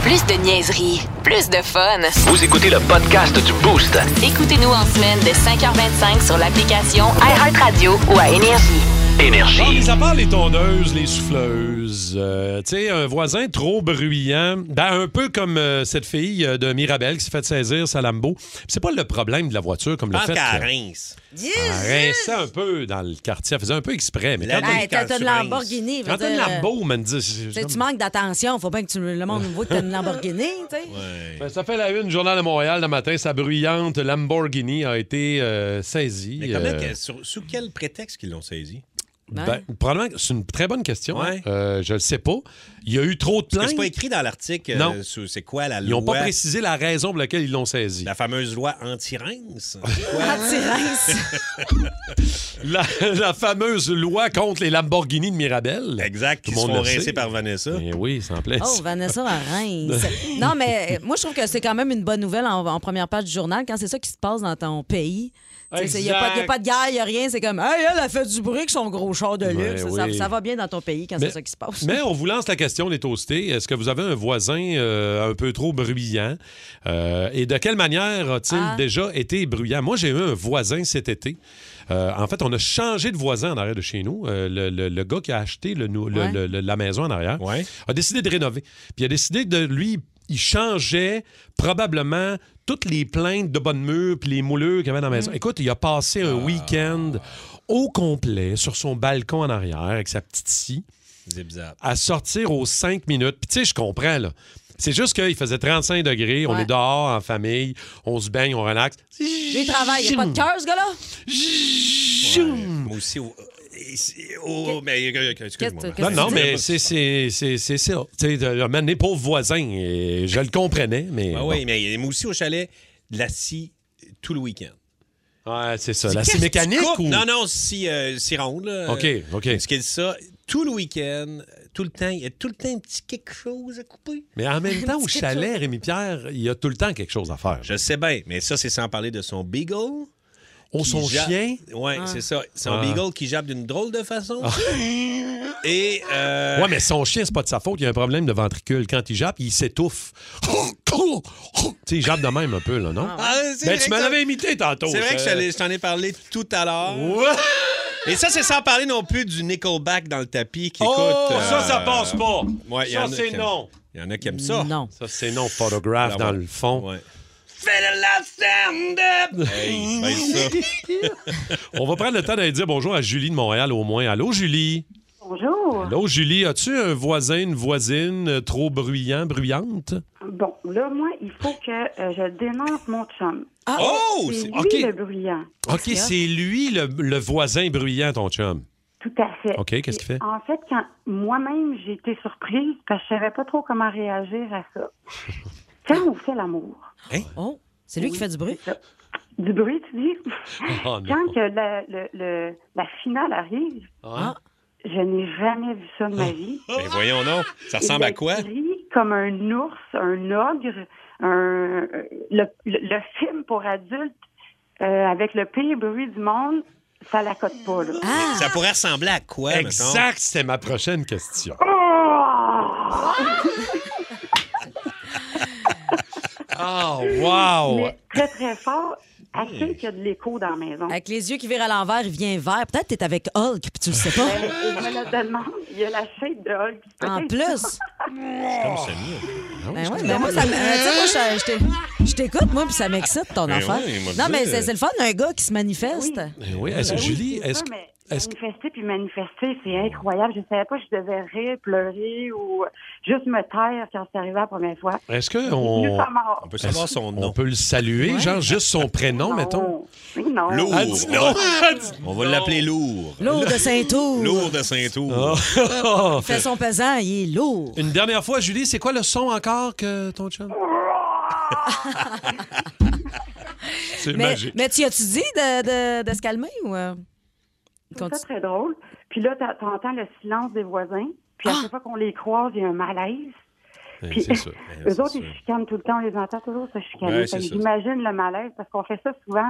[SPEAKER 1] Plus de niaiserie, plus de fun.
[SPEAKER 2] Vous écoutez le podcast du Boost.
[SPEAKER 1] Écoutez-nous en semaine de 5h25 sur l'application iHeartRadio ou à Énergie.
[SPEAKER 3] Énergie. mis à part les tondeuses, les souffleuses, euh, tu sais, un voisin trop bruyant, ben un peu comme euh, cette fille euh, de Mirabel qui s'est fait saisir sa Lambo. C'est pas le problème de la voiture comme le
[SPEAKER 4] Pense
[SPEAKER 3] fait
[SPEAKER 4] qu'à
[SPEAKER 3] que-
[SPEAKER 4] Reims.
[SPEAKER 3] Elle rinçait un peu dans le quartier. Elle faisait un peu exprès. Mais
[SPEAKER 5] La
[SPEAKER 3] quand
[SPEAKER 5] vie
[SPEAKER 3] t'as-
[SPEAKER 5] de Ben, t'as une
[SPEAKER 3] quand-
[SPEAKER 5] Lamborghini, je veux
[SPEAKER 3] Quand t'as une
[SPEAKER 5] dire, euh,
[SPEAKER 3] Lambo, man, dis-
[SPEAKER 5] Tu sais, tu manques d'attention. Faut bien que tu, le monde voit que t'as une Lamborghini, tu sais.
[SPEAKER 3] Ben, ça fait la une, Journal de Montréal, le matin. Sa bruyante Lamborghini a été euh, saisie.
[SPEAKER 4] Mais comment
[SPEAKER 3] euh,
[SPEAKER 4] que- sur- sous quel prétexte qu'ils l'ont saisi?
[SPEAKER 3] ben, probablement que c'est une très bonne question.
[SPEAKER 4] Ouais.
[SPEAKER 3] Euh, je le sais pas. Il y a eu trop de
[SPEAKER 4] Parce que
[SPEAKER 3] plaintes.
[SPEAKER 4] c'est pas écrit dans l'article euh,
[SPEAKER 3] Non.
[SPEAKER 4] sur- c'est quoi la
[SPEAKER 3] Ils
[SPEAKER 4] loi.
[SPEAKER 3] n'ont pas précisé la raison pour laquelle ils l'ont saisi.
[SPEAKER 4] La fameuse loi anti-Reims.
[SPEAKER 3] Ah,
[SPEAKER 5] Ah,
[SPEAKER 3] La, la fameuse loi contre les Lamborghini de Mirabel. Eh
[SPEAKER 4] Exact, qui se font rincer par Vanessa.
[SPEAKER 3] oui, ça en plaît.
[SPEAKER 5] Oh, Vanessa à Reims.
[SPEAKER 3] Ben.
[SPEAKER 5] non, mais euh, moi, je trouve que c'est quand même une bonne nouvelle en, en première page du journal quand c'est ça qui se passe dans ton pays. Il n'y a, pas- y a pas de guerre, il n'y a rien. C'est comme, hey, elle a fait du bruit avec son gros char de luxe.
[SPEAKER 3] Ouais,
[SPEAKER 5] ça,
[SPEAKER 3] Ben oui.
[SPEAKER 5] ça va bien dans ton pays quand c'est ça qui se passe.
[SPEAKER 3] mais on vous lance la question, les toastés. Est-ce que vous avez un voisin euh, un peu trop bruyant? Euh, et de quelle manière a-t-il
[SPEAKER 5] Ah.
[SPEAKER 3] déjà été bruyant? Moi, j'ai eu un voisin cet été. Euh, en fait, on a changé de voisin en arrière de chez nous. Euh, le, le- le gars qui a acheté le, nou- le-
[SPEAKER 15] Ouais.
[SPEAKER 3] le- le- la maison en arrière a décidé de rénover. Puis il a décidé de lui. Il changeait probablement toutes les plaintes de bonne mur puis les moulures qu'il y avait dans la maison. Écoute, il a passé un week-end au complet sur son balcon en arrière avec sa petite scie
[SPEAKER 4] C'est bizarre.
[SPEAKER 3] à sortir aux cinq minutes. Puis tu sais, je comprends, là. C'est juste qu'il faisait 35 degrés, on
[SPEAKER 5] Ouais.
[SPEAKER 3] est dehors, en famille, on se baigne, on relaxe.
[SPEAKER 5] Lui, il travaille. Il n'y a pas de cœur, ce gars-là.
[SPEAKER 4] Moi aussi, au- au- mais, euh, excuse-moi.
[SPEAKER 5] Qu'est-ce-
[SPEAKER 3] Non,
[SPEAKER 4] Max.
[SPEAKER 3] non, mais c'est c'est- c'est- c'est ça. Tu sais, euh, man, les pauvres voisins, et je le comprenais, mais...
[SPEAKER 4] Ah
[SPEAKER 3] bon.
[SPEAKER 4] oui, mais moi aussi au chalet, de la scie tout le week-end.
[SPEAKER 3] Ouais, c'est ça. La
[SPEAKER 4] Qu'est-ce
[SPEAKER 3] scie
[SPEAKER 4] que tu
[SPEAKER 3] mécanique
[SPEAKER 4] coupes?
[SPEAKER 3] ou...
[SPEAKER 4] Non, non, scie, euh, scie ronde. Là,
[SPEAKER 3] OK, OK.
[SPEAKER 4] Ce qui est ça, tout le week-end, tout le temps, il y a tout le temps un petit quelque chose à couper.
[SPEAKER 3] Mais en même temps, au
[SPEAKER 4] Quelque
[SPEAKER 3] chalet, Rémi-Pierre, il y a tout le temps quelque chose à faire.
[SPEAKER 4] Je sais bien, mais ça, c'est sans parler de son beagle.
[SPEAKER 3] Oh, son chien?
[SPEAKER 4] Oui,
[SPEAKER 3] Ah.
[SPEAKER 4] c'est ça. Son
[SPEAKER 3] Ah.
[SPEAKER 4] beagle qui jappe d'une drôle de façon. Et. euh,
[SPEAKER 3] Ouais, mais son chien, c'est pas de sa faute. Il y a un problème de ventricule. Quand il jappe, il s'étouffe. tu sais, il jappe de même un peu, là, non?
[SPEAKER 4] Ah, c'est
[SPEAKER 3] Ben,
[SPEAKER 4] vrai
[SPEAKER 3] tu
[SPEAKER 4] que
[SPEAKER 3] me
[SPEAKER 4] ça-
[SPEAKER 3] l'avais imité tantôt.
[SPEAKER 4] C'est vrai que
[SPEAKER 3] ça.
[SPEAKER 4] je t'allais- je t'en ai parlé tout à l'heure. Et ça, c'est sans parler non plus du Nickelback dans le tapis qui
[SPEAKER 3] Oh,
[SPEAKER 4] écoute. euh,
[SPEAKER 3] ça, ça passe pas.
[SPEAKER 4] Ouais, il y
[SPEAKER 3] Ça,
[SPEAKER 4] en a
[SPEAKER 3] c'est
[SPEAKER 4] qui-
[SPEAKER 3] non.
[SPEAKER 4] Il y en a qui aiment ça.
[SPEAKER 5] Non.
[SPEAKER 3] Ça, c'est non. Photographe
[SPEAKER 4] Là,
[SPEAKER 3] dans
[SPEAKER 4] ouais.
[SPEAKER 3] le fond.
[SPEAKER 4] Hey, ben ça.
[SPEAKER 3] On va prendre le temps d'aller dire bonjour à Julie de Montréal, au moins. Allô, Julie?
[SPEAKER 16] Bonjour.
[SPEAKER 3] Allô, Julie, as-tu un voisin, une voisine euh, trop bruyant, bruyante?
[SPEAKER 16] Bon, là, moi, il faut que euh, je dénonce mon chum.
[SPEAKER 3] Ah! Oh!
[SPEAKER 16] C'est
[SPEAKER 3] C'est-
[SPEAKER 16] lui
[SPEAKER 3] OK.
[SPEAKER 16] le bruyant.
[SPEAKER 3] OK, c'est lui le, le voisin bruyant, ton chum.
[SPEAKER 16] Tout à fait.
[SPEAKER 3] OK, qu'est-ce qu'il fait?
[SPEAKER 16] En fait, quand moi-même, j'ai été surprise parce que je savais pas trop comment réagir à ça. Quand on fait l'amour...
[SPEAKER 5] Oh, c'est lui qui fait du bruit?
[SPEAKER 16] Du bruit, tu dis?
[SPEAKER 5] Oh, non.
[SPEAKER 16] Ah, quand que la, le- le- la finale arrive, je n'ai jamais vu ça de ma vie.
[SPEAKER 4] Ben voyons donc. Ça ressemble
[SPEAKER 16] Il
[SPEAKER 4] à quoi?
[SPEAKER 16] écrit comme un ours, un ogre, un, le, le- le film pour adultes euh, avec le pire bruit du monde, ça la cote pas. Là.
[SPEAKER 5] Ah!
[SPEAKER 4] Ça pourrait ressembler à quoi,
[SPEAKER 3] Ah. Exact, c'est ma prochaine
[SPEAKER 16] Ah!
[SPEAKER 3] question.
[SPEAKER 16] Oh!
[SPEAKER 3] Oh,
[SPEAKER 16] Mais très, très fort. Assez qu'il y a de l'écho dans la maison.
[SPEAKER 5] Avec les yeux qui virent à l'envers, il vient vert. Peut-être que t'es avec Hulk, puis tu le sais pas.
[SPEAKER 16] Ben, je me le demande. Il y a la shape de Hulk.
[SPEAKER 5] En plus.
[SPEAKER 16] Comme
[SPEAKER 5] ça, Ben ouais, mais moi, ça me- euh, tu sais, moi, je- je t'é- je t'écoute, moi, puis ça m'excite, ton
[SPEAKER 3] Ben
[SPEAKER 5] affaire.
[SPEAKER 3] ouais, moi
[SPEAKER 5] non,
[SPEAKER 3] aussi.
[SPEAKER 5] mais c'est c'est le fun d'un gars qui se manifeste.
[SPEAKER 3] Eh oui, est-ce
[SPEAKER 16] Ben
[SPEAKER 3] que
[SPEAKER 16] oui,
[SPEAKER 3] Julie,
[SPEAKER 16] c'est
[SPEAKER 3] est-ce
[SPEAKER 16] ça,
[SPEAKER 3] que.
[SPEAKER 16] mais
[SPEAKER 3] est-ce-
[SPEAKER 16] Manifester puis manifester, c'est incroyable. Je ne savais pas que je devais rire, pleurer ou juste me taire quand c'est arrivé la première fois.
[SPEAKER 3] Est-ce
[SPEAKER 16] Il est
[SPEAKER 3] que
[SPEAKER 16] venu
[SPEAKER 3] on,
[SPEAKER 16] sa mort.
[SPEAKER 3] on peut savoir son nom? On peut le saluer, genre juste son prénom, mettons.
[SPEAKER 16] Oui, non.
[SPEAKER 3] Lourd.
[SPEAKER 16] Ah, dis
[SPEAKER 3] non.
[SPEAKER 4] Oh, On va l'appeler lourd.
[SPEAKER 5] Lourd de Saint-Tour.
[SPEAKER 4] Lourd de Saint-Tour.
[SPEAKER 5] Il fait son pesant, il est lourd.
[SPEAKER 3] Une dernière fois, Julie, c'est quoi le son encore que ton chum? c'est
[SPEAKER 5] Mais,
[SPEAKER 3] magique.
[SPEAKER 5] mais tu as-tu dit de, de- de se calmer ou. euh,
[SPEAKER 16] Je trouve ça très drôle. Puis là, t'as- t'entends le silence des voisins. Puis à chaque fois qu'on les croise, il y a un malaise.
[SPEAKER 3] Eh,
[SPEAKER 4] Ben,
[SPEAKER 16] Puis,
[SPEAKER 3] C'est sûr. Eh,
[SPEAKER 16] Eux
[SPEAKER 3] c'est
[SPEAKER 16] autres,
[SPEAKER 3] sûr.
[SPEAKER 16] ils se chicanent tout le temps. On les entend toujours se chicaner.
[SPEAKER 4] Ouais,
[SPEAKER 16] Fait
[SPEAKER 4] c'est
[SPEAKER 16] que
[SPEAKER 4] ça.
[SPEAKER 16] J'imagine le malaise parce qu'on fait ça souvent.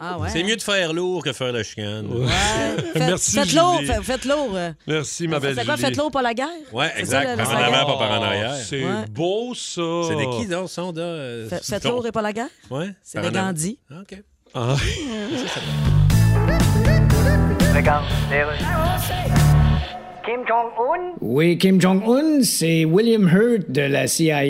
[SPEAKER 5] Ah ouais.
[SPEAKER 4] C'est mieux de faire lourd que faire la chicane.
[SPEAKER 5] Faites-
[SPEAKER 4] Merci,
[SPEAKER 5] Faites lourd,
[SPEAKER 4] Julie.
[SPEAKER 5] fa- faites lourd. euh.
[SPEAKER 3] Merci, ma belle
[SPEAKER 5] C'est quoi,
[SPEAKER 3] Julie. Oh,
[SPEAKER 5] faites lourd, pas la guerre?
[SPEAKER 4] Ouais,
[SPEAKER 5] C'est ça,
[SPEAKER 4] exact.
[SPEAKER 5] le-
[SPEAKER 4] Par en
[SPEAKER 5] le-
[SPEAKER 4] avant, pas par en arrière.
[SPEAKER 3] C'est
[SPEAKER 5] Ouais.
[SPEAKER 3] beau, ça.
[SPEAKER 4] C'est de qui, donc, son, de... euh,
[SPEAKER 5] Fa- Faites lourd et pas la guerre?
[SPEAKER 4] Ouais.
[SPEAKER 5] C'est
[SPEAKER 4] Par
[SPEAKER 5] de
[SPEAKER 4] en avant.
[SPEAKER 5] Gandhi.
[SPEAKER 4] OK.
[SPEAKER 3] Ah.
[SPEAKER 14] Kim Jong-un?
[SPEAKER 13] Oui, Kim Jong-un, c'est William Hurt de la CIA.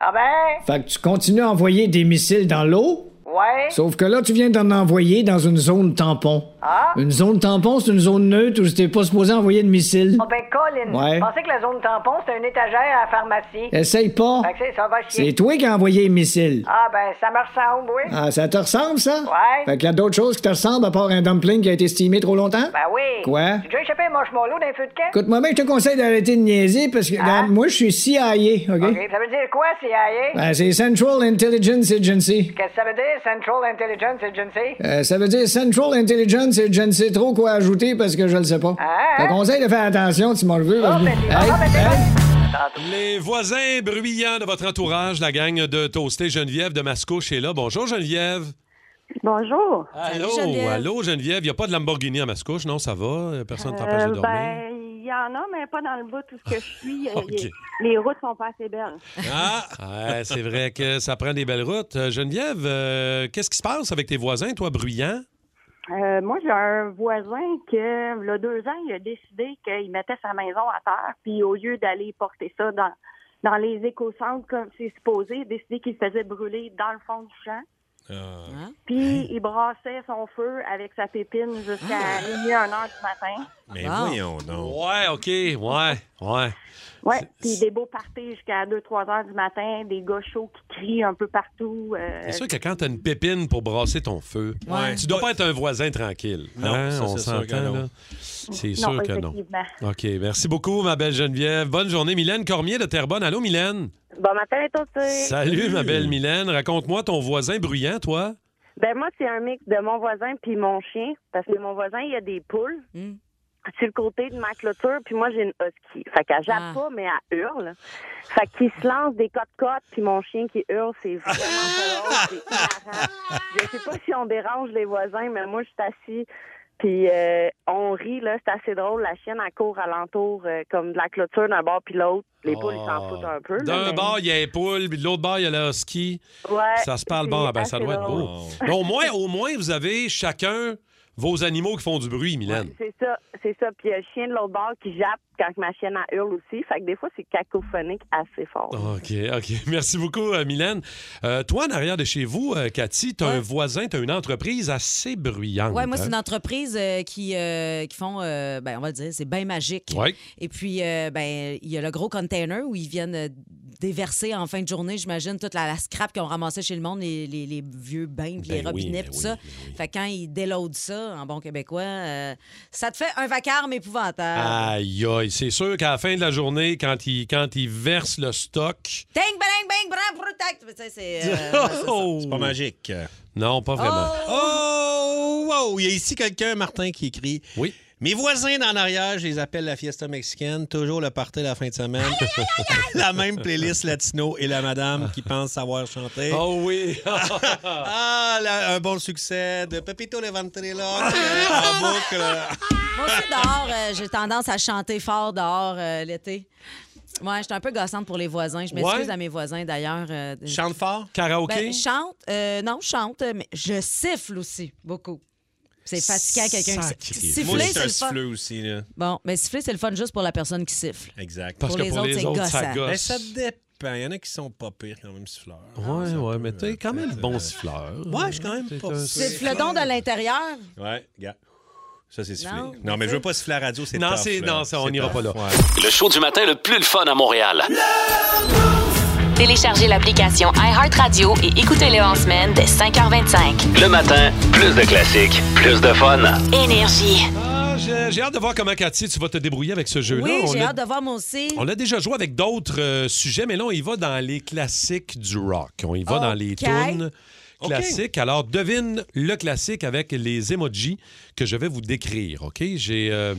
[SPEAKER 14] Ah ben?
[SPEAKER 13] Fait que tu continues à envoyer des missiles dans l'eau,
[SPEAKER 14] Ouais?
[SPEAKER 13] sauf que là, tu viens d'en envoyer dans une zone tampon.
[SPEAKER 14] Ah?
[SPEAKER 13] Une zone tampon, c'est une zone neutre où t'es pas supposé envoyer de missiles.
[SPEAKER 14] Ah ben, Colin,
[SPEAKER 13] Ouais.
[SPEAKER 14] je pensais que la zone tampon, c'était une étagère à la pharmacie.
[SPEAKER 13] Essaye pas.
[SPEAKER 14] Fait que c'est- ça va chier.
[SPEAKER 13] C'est toi qui as envoyé les missiles.
[SPEAKER 14] Ah ben, ça me ressemble, oui.
[SPEAKER 13] Ah, ça te ressemble, ça?
[SPEAKER 14] Ouais.
[SPEAKER 13] Fait qu'il y a d'autres choses qui te ressemblent à part un dumpling qui a été estimé trop longtemps?
[SPEAKER 14] Ben oui.
[SPEAKER 13] Quoi?
[SPEAKER 14] J'ai déjà échappé un marshmallow d'un feu de camp. Hein?
[SPEAKER 13] Écoute, moi, ben, je te conseille d'arrêter de niaiser parce que regarde, moi, je suis CIA, OK?
[SPEAKER 14] OK, ça veut dire quoi, CIA?
[SPEAKER 13] Ben, c'est Central Intelligence Agency.
[SPEAKER 14] Qu'est-ce que ça veut dire, Central Intelligence Agency?
[SPEAKER 13] Euh, ça veut dire Central Intelligence et je ne sais trop quoi ajouter parce que je le sais pas.
[SPEAKER 14] Hein?
[SPEAKER 13] Je te conseille de faire attention, tu m'en
[SPEAKER 14] Oh,
[SPEAKER 13] veux.
[SPEAKER 14] ben,
[SPEAKER 13] parce que- Hey,
[SPEAKER 3] Les voisins bruyants de votre entourage, la gang de Toasté Geneviève de Mascouche est là. Bonjour Geneviève.
[SPEAKER 16] Bonjour.
[SPEAKER 4] Ah,
[SPEAKER 3] Allô,
[SPEAKER 16] Geneviève.
[SPEAKER 3] allô Geneviève. Il n'y a pas de Lamborghini à Mascouche, non, ça va? Personne ne t'empêche de
[SPEAKER 16] Euh,
[SPEAKER 3] dormir.
[SPEAKER 16] ben, il y en a, mais pas dans le bout tout ce que je suis.
[SPEAKER 3] Ok.
[SPEAKER 16] les, les routes sont pas assez belles.
[SPEAKER 3] Ah! Ouais, c'est vrai que ça prend des belles routes. Euh, Geneviève, euh, qu'est-ce qui se passe avec tes voisins, toi, bruyants?
[SPEAKER 16] Euh, moi, j'ai un voisin que, il y a deux ans, il a décidé qu'il mettait sa maison à terre, puis au lieu d'aller porter ça dans, dans les écocentres comme c'est supposé, il a décidé qu'il faisait brûler dans le fond du champ.
[SPEAKER 3] Ah.
[SPEAKER 16] Puis il brassait son feu avec sa pépine jusqu'à minuit, une heure du matin.
[SPEAKER 4] Mais
[SPEAKER 3] Wow.
[SPEAKER 4] voyons donc.
[SPEAKER 3] Ouais, OK, ouais, ouais.
[SPEAKER 16] Ouais, puis des beaux parties jusqu'à 2-3 heures du matin, des gars chauds qui crient un peu partout. euh,
[SPEAKER 3] C'est sûr que quand t'as une pépine pour brasser ton feu,
[SPEAKER 16] Ouais.
[SPEAKER 3] tu dois pas être un voisin tranquille.
[SPEAKER 4] Non,
[SPEAKER 3] Hein,
[SPEAKER 4] ça,
[SPEAKER 3] on
[SPEAKER 4] c'est sûr que
[SPEAKER 3] s'entend,
[SPEAKER 4] non.
[SPEAKER 3] là. C'est
[SPEAKER 16] Non,
[SPEAKER 3] sûr que non.
[SPEAKER 16] effectivement.
[SPEAKER 3] OK, merci beaucoup, ma belle Geneviève. Bonne journée. Mylène Cormier de Terrebonne. Allô, Mylène?
[SPEAKER 15] Bon matin, les toastés.
[SPEAKER 3] Salut, ma belle Mylène. Raconte-moi ton voisin bruyant, toi.
[SPEAKER 15] Ben moi, c'est un mix de mon voisin puis mon chien, parce que mon voisin, il y a des poules sur le côté de ma clôture, puis moi, j'ai une husky. Fait qu'elle jappe
[SPEAKER 16] Ah.
[SPEAKER 15] pas, mais elle hurle. Fait qu'il se lance des cotes-cotes, puis mon chien qui hurle, c'est vraiment pas drôle, c'est hilarant. Je sais pas si on dérange les voisins, mais moi, je suis assis, puis euh, on rit, là, c'est assez drôle. La chienne, elle court alentour, euh, comme de la clôture d'un bord puis l'autre. Les poules, ils s'en foutent un peu. là,
[SPEAKER 3] D'un
[SPEAKER 15] mais-
[SPEAKER 3] bord, il y a les poules, puis de l'autre bord, il y a le ski.
[SPEAKER 15] Ouais,
[SPEAKER 5] Euh,
[SPEAKER 3] ça se parle bon.
[SPEAKER 15] c'est
[SPEAKER 3] Ah ben, ça
[SPEAKER 15] assez
[SPEAKER 3] doit être beau.
[SPEAKER 15] drôle.
[SPEAKER 3] Mais au, moins, au moins, vous avez chacun vos animaux qui font du bruit, Mylène.
[SPEAKER 15] C'est ça, c'est ça. Puis il y a le chien de l'autre bord qui jappe quand ma chienne elle hurle aussi. Fait que des fois, c'est cacophonique assez fort.
[SPEAKER 3] OK, OK. Merci beaucoup, euh, Mylène. Euh, toi, en arrière de chez vous, euh, Cathy, t'as un voisin, t'as une entreprise assez bruyante.
[SPEAKER 5] Ouais, moi, c'est une
[SPEAKER 3] hein?
[SPEAKER 5] entreprise euh, qui, euh, qui font, euh, ben, on va le dire, c'est bien magique.
[SPEAKER 3] Ouais.
[SPEAKER 5] Et puis, euh, ben, il y a le gros container où ils viennent euh, déverser en fin de journée, j'imagine, toute la, la scrap qu'ils ont ramassée chez le monde, les, les- les vieux bains, puis les
[SPEAKER 17] Ben oui, ben
[SPEAKER 5] robinets, puis tout ça. Fait que quand ils déloadent ça, en bon québécois, euh, ça te fait un vacarme épouvantable.
[SPEAKER 17] Ah.
[SPEAKER 3] Aïe, aïe. C'est sûr qu'à la fin de la journée, quand ils quand ils versent le stock.
[SPEAKER 5] Ting, balang, bang, bran, prutac. Tu sais, C'est euh,
[SPEAKER 3] Oh!
[SPEAKER 4] C'est pas magique.
[SPEAKER 3] Non, pas vraiment.
[SPEAKER 4] Oh, wow! Il y a ici quelqu'un, Martin, qui écrit.
[SPEAKER 3] Oui.
[SPEAKER 4] Mes voisins d'en arrière, je les appelle la fiesta mexicaine, toujours le party la fin de semaine. la même playlist latino et la madame qui pense savoir chanter.
[SPEAKER 3] Oh oui!
[SPEAKER 4] ah, la- un bon succès de Pepito le Ventrilo
[SPEAKER 5] Ah.
[SPEAKER 4] en boucle.
[SPEAKER 5] Moi aussi, dehors, euh, j'ai tendance à chanter fort dehors euh, l'été. Ouais, j'étais un peu gossante pour les voisins. Je m'excuse
[SPEAKER 4] Ouais.
[SPEAKER 5] à mes voisins d'ailleurs. euh, de-
[SPEAKER 4] Chante fort?
[SPEAKER 5] Ben, je chante. euh, non, je chante, mais je siffle aussi beaucoup. C'est fatigant quelqu'un qui
[SPEAKER 4] Sacré.
[SPEAKER 5] siffle.
[SPEAKER 4] Moi,
[SPEAKER 5] Siffler,
[SPEAKER 4] c'est
[SPEAKER 5] c'est
[SPEAKER 4] un
[SPEAKER 5] le fun.
[SPEAKER 4] siffleux aussi, là.
[SPEAKER 5] Bon, mais siffler, c'est le fun juste pour la personne qui siffle.
[SPEAKER 4] Exact.
[SPEAKER 5] Parce Pour que les pour autres, les c'est autres, ça gossant. gosse.
[SPEAKER 4] Ben, ça dépend. Il y en a qui sont pas pires quand même siffleurs.
[SPEAKER 3] Ouais, ouais, mais t'es quand même bon siffleur.
[SPEAKER 4] Ouais, je suis quand même pas pire.
[SPEAKER 5] Siffle donc de l'intérieur.
[SPEAKER 4] Ouais, gars. Ça, c'est sifflé.
[SPEAKER 5] Non,
[SPEAKER 4] Non, mais je veux pas siffler à la radio, c'est
[SPEAKER 3] Non,
[SPEAKER 4] tough,
[SPEAKER 3] c'est-
[SPEAKER 4] là.
[SPEAKER 3] non, ça, on
[SPEAKER 4] C'est
[SPEAKER 3] ira
[SPEAKER 4] tough.
[SPEAKER 3] pas là.
[SPEAKER 4] Ouais.
[SPEAKER 2] Le show du matin le plus le fun à Montréal.
[SPEAKER 1] Téléchargez l'application iHeartRadio et écoutez-le en semaine dès 5h25.
[SPEAKER 2] Le matin, plus de classiques, plus de fun.
[SPEAKER 1] Énergie.
[SPEAKER 3] Ah, J'ai j'ai hâte de voir comment, Cathy, tu vas te débrouiller avec ce jeu-là.
[SPEAKER 5] Oui,
[SPEAKER 3] On
[SPEAKER 5] j'ai
[SPEAKER 3] l'a-
[SPEAKER 5] hâte de voir moi aussi.
[SPEAKER 3] On a déjà joué avec d'autres euh, sujets, mais là, on y va dans les classiques du rock. On y va dans les
[SPEAKER 5] OK.
[SPEAKER 3] tunes classiques. Alors, devine le classique avec les emojis que je vais vous décrire, OK? J'ai... euh,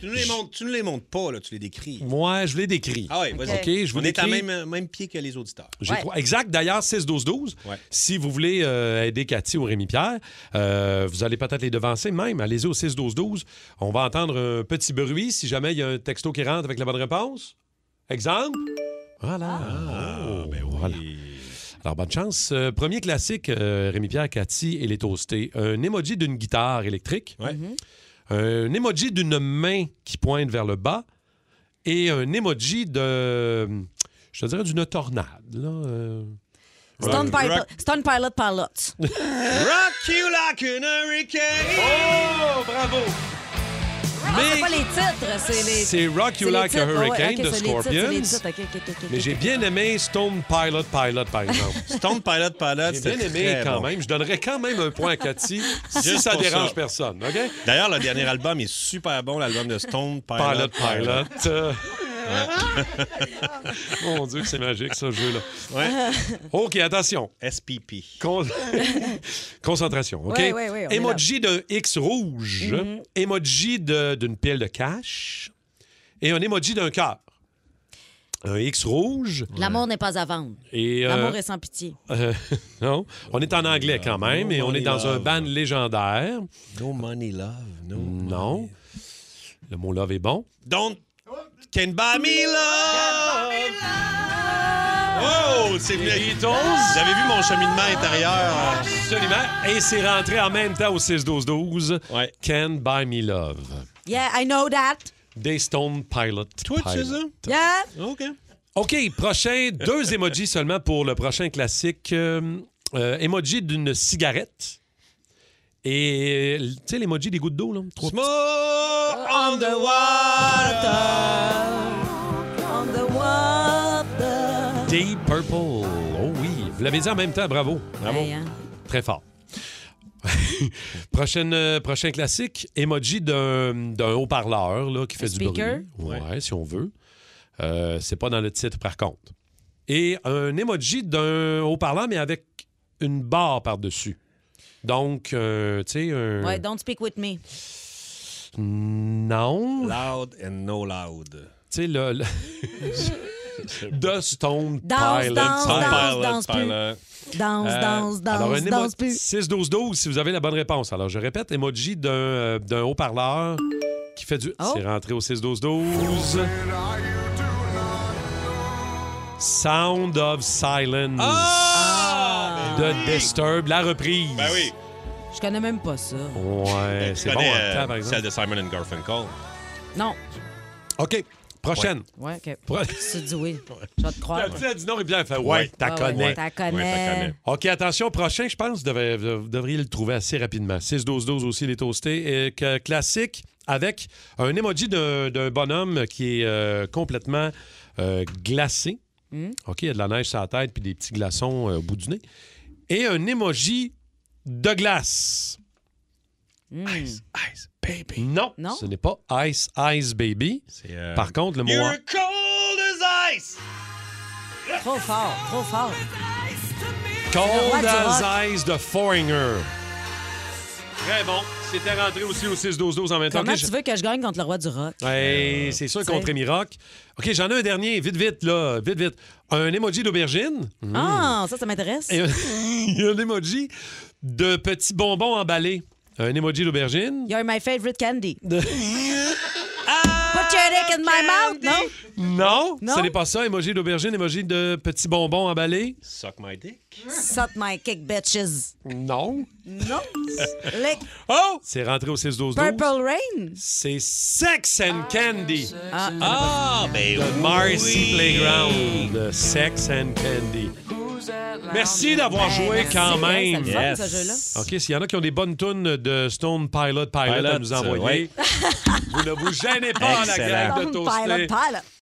[SPEAKER 4] Tu ne les montres, tu nous les montres pas, là, tu les décris.
[SPEAKER 3] moi, je les décris.
[SPEAKER 4] Ah ouais, vas-y.
[SPEAKER 3] OK, je vous
[SPEAKER 4] On est à
[SPEAKER 3] décris-
[SPEAKER 4] même, même pied que les auditeurs.
[SPEAKER 3] J'ai trois- Exact. D'ailleurs, 6-12-12.
[SPEAKER 4] Ouais.
[SPEAKER 3] Si vous voulez euh, aider Cathy ou Rémi-Pierre, euh, vous allez peut-être les devancer même. Allez-y au 6-12-12. On va entendre un petit bruit si jamais il y a un texto qui rentre avec la bonne réponse. Exemple. Voilà. Oh, voilà. Alors, bonne chance. Euh, premier classique, euh, Rémi-Pierre, Cathy et les toastés. Un emoji d'une guitare électrique. Un emoji d'une main qui pointe vers le bas et un emoji de, je te dirais, d'une tornade. Là. euh.
[SPEAKER 5] Stone,
[SPEAKER 3] Ouais.
[SPEAKER 5] Pilot, Stone Pilot Pilot.
[SPEAKER 4] Rock you like an hurricane! Oh, bravo!
[SPEAKER 5] Ah, c'est pas les titres, c'est les.
[SPEAKER 3] C'est Rock
[SPEAKER 5] c'est
[SPEAKER 3] You
[SPEAKER 5] les
[SPEAKER 3] Like a
[SPEAKER 5] titres, ouais,
[SPEAKER 3] Hurricane
[SPEAKER 5] ok,
[SPEAKER 3] de
[SPEAKER 5] c'est les titres, c'est les titres,
[SPEAKER 3] Scorpions.
[SPEAKER 5] ok, ok, ok, ok,
[SPEAKER 3] Mais
[SPEAKER 5] ok.
[SPEAKER 3] j'ai bien aimé Stone Pilot Pilot, par exemple.
[SPEAKER 4] Stone Pilot
[SPEAKER 3] J'ai
[SPEAKER 4] Pilot, c'était
[SPEAKER 3] bien aimé
[SPEAKER 4] très
[SPEAKER 3] quand
[SPEAKER 4] bon.
[SPEAKER 3] même. Je donnerais quand même un point à Cathy si
[SPEAKER 4] Juste
[SPEAKER 3] ça
[SPEAKER 4] pour
[SPEAKER 3] dérange
[SPEAKER 4] ça.
[SPEAKER 3] personne. OK?
[SPEAKER 4] D'ailleurs, le dernier album est super bon, l'album de Stone Pilot
[SPEAKER 3] Pilot Pilot. euh, Mon Dieu, que c'est magique, ce jeu-là. OK, attention.
[SPEAKER 4] SPP.
[SPEAKER 3] Con- Concentration, OK?
[SPEAKER 4] Ouais, ouais, ouais, on est
[SPEAKER 3] Emoji d'un X rouge,
[SPEAKER 5] Mhm.
[SPEAKER 3] emoji de- d'une pile de cash et un emoji d'un cœur. Un X rouge.
[SPEAKER 5] L'amour n'est pas à vendre.
[SPEAKER 3] Et, euh,
[SPEAKER 5] L'amour est sans pitié.
[SPEAKER 3] euh, non, on est en anglais quand même et on est dans un band légendaire.
[SPEAKER 4] No money love, no.
[SPEAKER 3] Mm. Non. Le mot love est bon.
[SPEAKER 4] Don't. Can buy me love! Oh, c'est venu. Vous avez vu mon cheminement intérieur?
[SPEAKER 3] Absolument. Et c'est rentré en même temps au 6-12-12. Can Buy Me Love.
[SPEAKER 5] Yeah, I know that.
[SPEAKER 3] Des Stone Pilot.
[SPEAKER 4] Toi, tu sais
[SPEAKER 3] Pilot.
[SPEAKER 4] ça?
[SPEAKER 5] Yeah.
[SPEAKER 3] Oh.
[SPEAKER 4] OK.
[SPEAKER 3] OK, prochain, deux emojis seulement pour le prochain classique. Euh, euh, emoji d'une cigarette. Et, tu sais, l'emoji des gouttes d'eau, là. Trois petits-
[SPEAKER 4] Smoke on the water.
[SPEAKER 5] On the water.
[SPEAKER 3] Deep Purple. Oh oui. Vous l'avez dit en même temps, bravo. Bravo.
[SPEAKER 5] Hey, hein.
[SPEAKER 3] Très fort. Prochaine, euh, prochain classique, emoji d'un d'un haut-parleur là, qui fait du
[SPEAKER 5] speaker?
[SPEAKER 3] bruit. Ouais, si on veut. Euh, c'est pas dans le titre, par contre. Et un emoji d'un haut-parleur, mais avec une barre par-dessus. Donc, euh, tu sais, un.
[SPEAKER 5] Ouais, don't speak with me.
[SPEAKER 3] Non.
[SPEAKER 4] Loud and no loud.
[SPEAKER 3] Tu sais, le. le- De Stone
[SPEAKER 5] Danse,
[SPEAKER 3] Pilot.
[SPEAKER 5] danse,
[SPEAKER 3] Pilot,
[SPEAKER 5] danse, danse plus. Danse,
[SPEAKER 3] Euh,
[SPEAKER 5] danse,
[SPEAKER 3] alors, un
[SPEAKER 5] danse,
[SPEAKER 3] émo-
[SPEAKER 5] danse plus.
[SPEAKER 3] 6-12-12 si vous avez la bonne réponse. Alors, je répète, emoji d'un euh, d'un haut-parleur qui fait du...
[SPEAKER 5] Oh.
[SPEAKER 3] C'est rentré au 6-12-12. Sound of Silence de Disturb, la reprise.
[SPEAKER 4] Ah! Ben oui.
[SPEAKER 5] Ah. Je connais même pas ça.
[SPEAKER 3] Oh. Ouais, c'est
[SPEAKER 4] Je
[SPEAKER 3] bon
[SPEAKER 4] connais,
[SPEAKER 3] en temps,
[SPEAKER 4] euh,
[SPEAKER 3] par exemple.
[SPEAKER 4] Celle de Simon and Garfunkel.
[SPEAKER 5] Non.
[SPEAKER 3] OK, prochaine.
[SPEAKER 5] Ouais, OK.
[SPEAKER 3] Pro-
[SPEAKER 5] Tu dis oui. Je vais te croire.
[SPEAKER 3] Tu as dit non, et bien, elle fait
[SPEAKER 5] Ouais.
[SPEAKER 3] ouais,
[SPEAKER 5] Ouais,
[SPEAKER 3] t'as
[SPEAKER 5] ouais,
[SPEAKER 3] connais.
[SPEAKER 5] ouais, t'as connais. Ouais, t'as connais.
[SPEAKER 3] OK, attention, prochain, je pense, devait- vous devriez le trouver assez rapidement. 6-12-12 aussi, les toastés. Et que- classique, avec un emoji d'un d'un bonhomme qui est euh, complètement euh, glacé.
[SPEAKER 5] Hmm.
[SPEAKER 3] OK, il y a de la neige sur la tête puis des petits glaçons euh, au bout du nez. Et un emoji de glace.
[SPEAKER 5] Ice,
[SPEAKER 4] ice, baby.
[SPEAKER 3] Non,
[SPEAKER 5] Non?
[SPEAKER 3] ce n'est pas Ice Ice Baby.
[SPEAKER 4] euh,
[SPEAKER 3] Par contre, le mot...
[SPEAKER 4] You're cold as ice!
[SPEAKER 5] Trop fort, trop fort. Le roi
[SPEAKER 3] Cold
[SPEAKER 5] du
[SPEAKER 3] as Ice de Foreigner. Très bon. C'était rentré aussi au 6-12-12 en même temps.
[SPEAKER 5] Comment
[SPEAKER 3] Ok,
[SPEAKER 5] tu
[SPEAKER 3] je-
[SPEAKER 5] veux que je gagne contre le roi du rock?
[SPEAKER 3] Hey, c'est sûr contre Rémi Rock. OK, j'en ai un dernier. Vite, vite, là. Vite, vite. Un emoji d'aubergine.
[SPEAKER 5] Ah, ça, ça m'intéresse.
[SPEAKER 3] Mm. Et un... il y a un emoji de petits bonbons emballés. Un emoji d'aubergine. Ah.
[SPEAKER 5] You're my favorite candy. Put your dick in my mouth, non?
[SPEAKER 3] Non,
[SPEAKER 5] Non?
[SPEAKER 3] ce n'est pas ça. Émoji d'aubergine, émoji de petits bonbons emballés.
[SPEAKER 4] Suck my dick.
[SPEAKER 5] Suck my kick, bitches.
[SPEAKER 3] Non.
[SPEAKER 5] Non. Lick
[SPEAKER 3] Oh! C'est rentré au 6-12-12.
[SPEAKER 5] Purple Rain.
[SPEAKER 3] C'est Sex and Candy.
[SPEAKER 5] Ah,
[SPEAKER 3] Ah, ben The Marcy Playground. Sex and Candy. Merci d'avoir
[SPEAKER 5] Ben,
[SPEAKER 3] joué
[SPEAKER 5] merci,
[SPEAKER 3] quand
[SPEAKER 5] hein, c'est
[SPEAKER 3] même.
[SPEAKER 5] le fun, Yes. ce jeu-là.
[SPEAKER 3] OK, s'il y en a qui ont des bonnes tunes de Stone Pilot Pilot, à
[SPEAKER 4] Pilot,
[SPEAKER 3] nous envoyer,
[SPEAKER 4] ouais.
[SPEAKER 3] vous ne vous gênez pas à la
[SPEAKER 4] Excellent.
[SPEAKER 3] grève de
[SPEAKER 5] Pilot,
[SPEAKER 3] toaster.
[SPEAKER 5] pilot.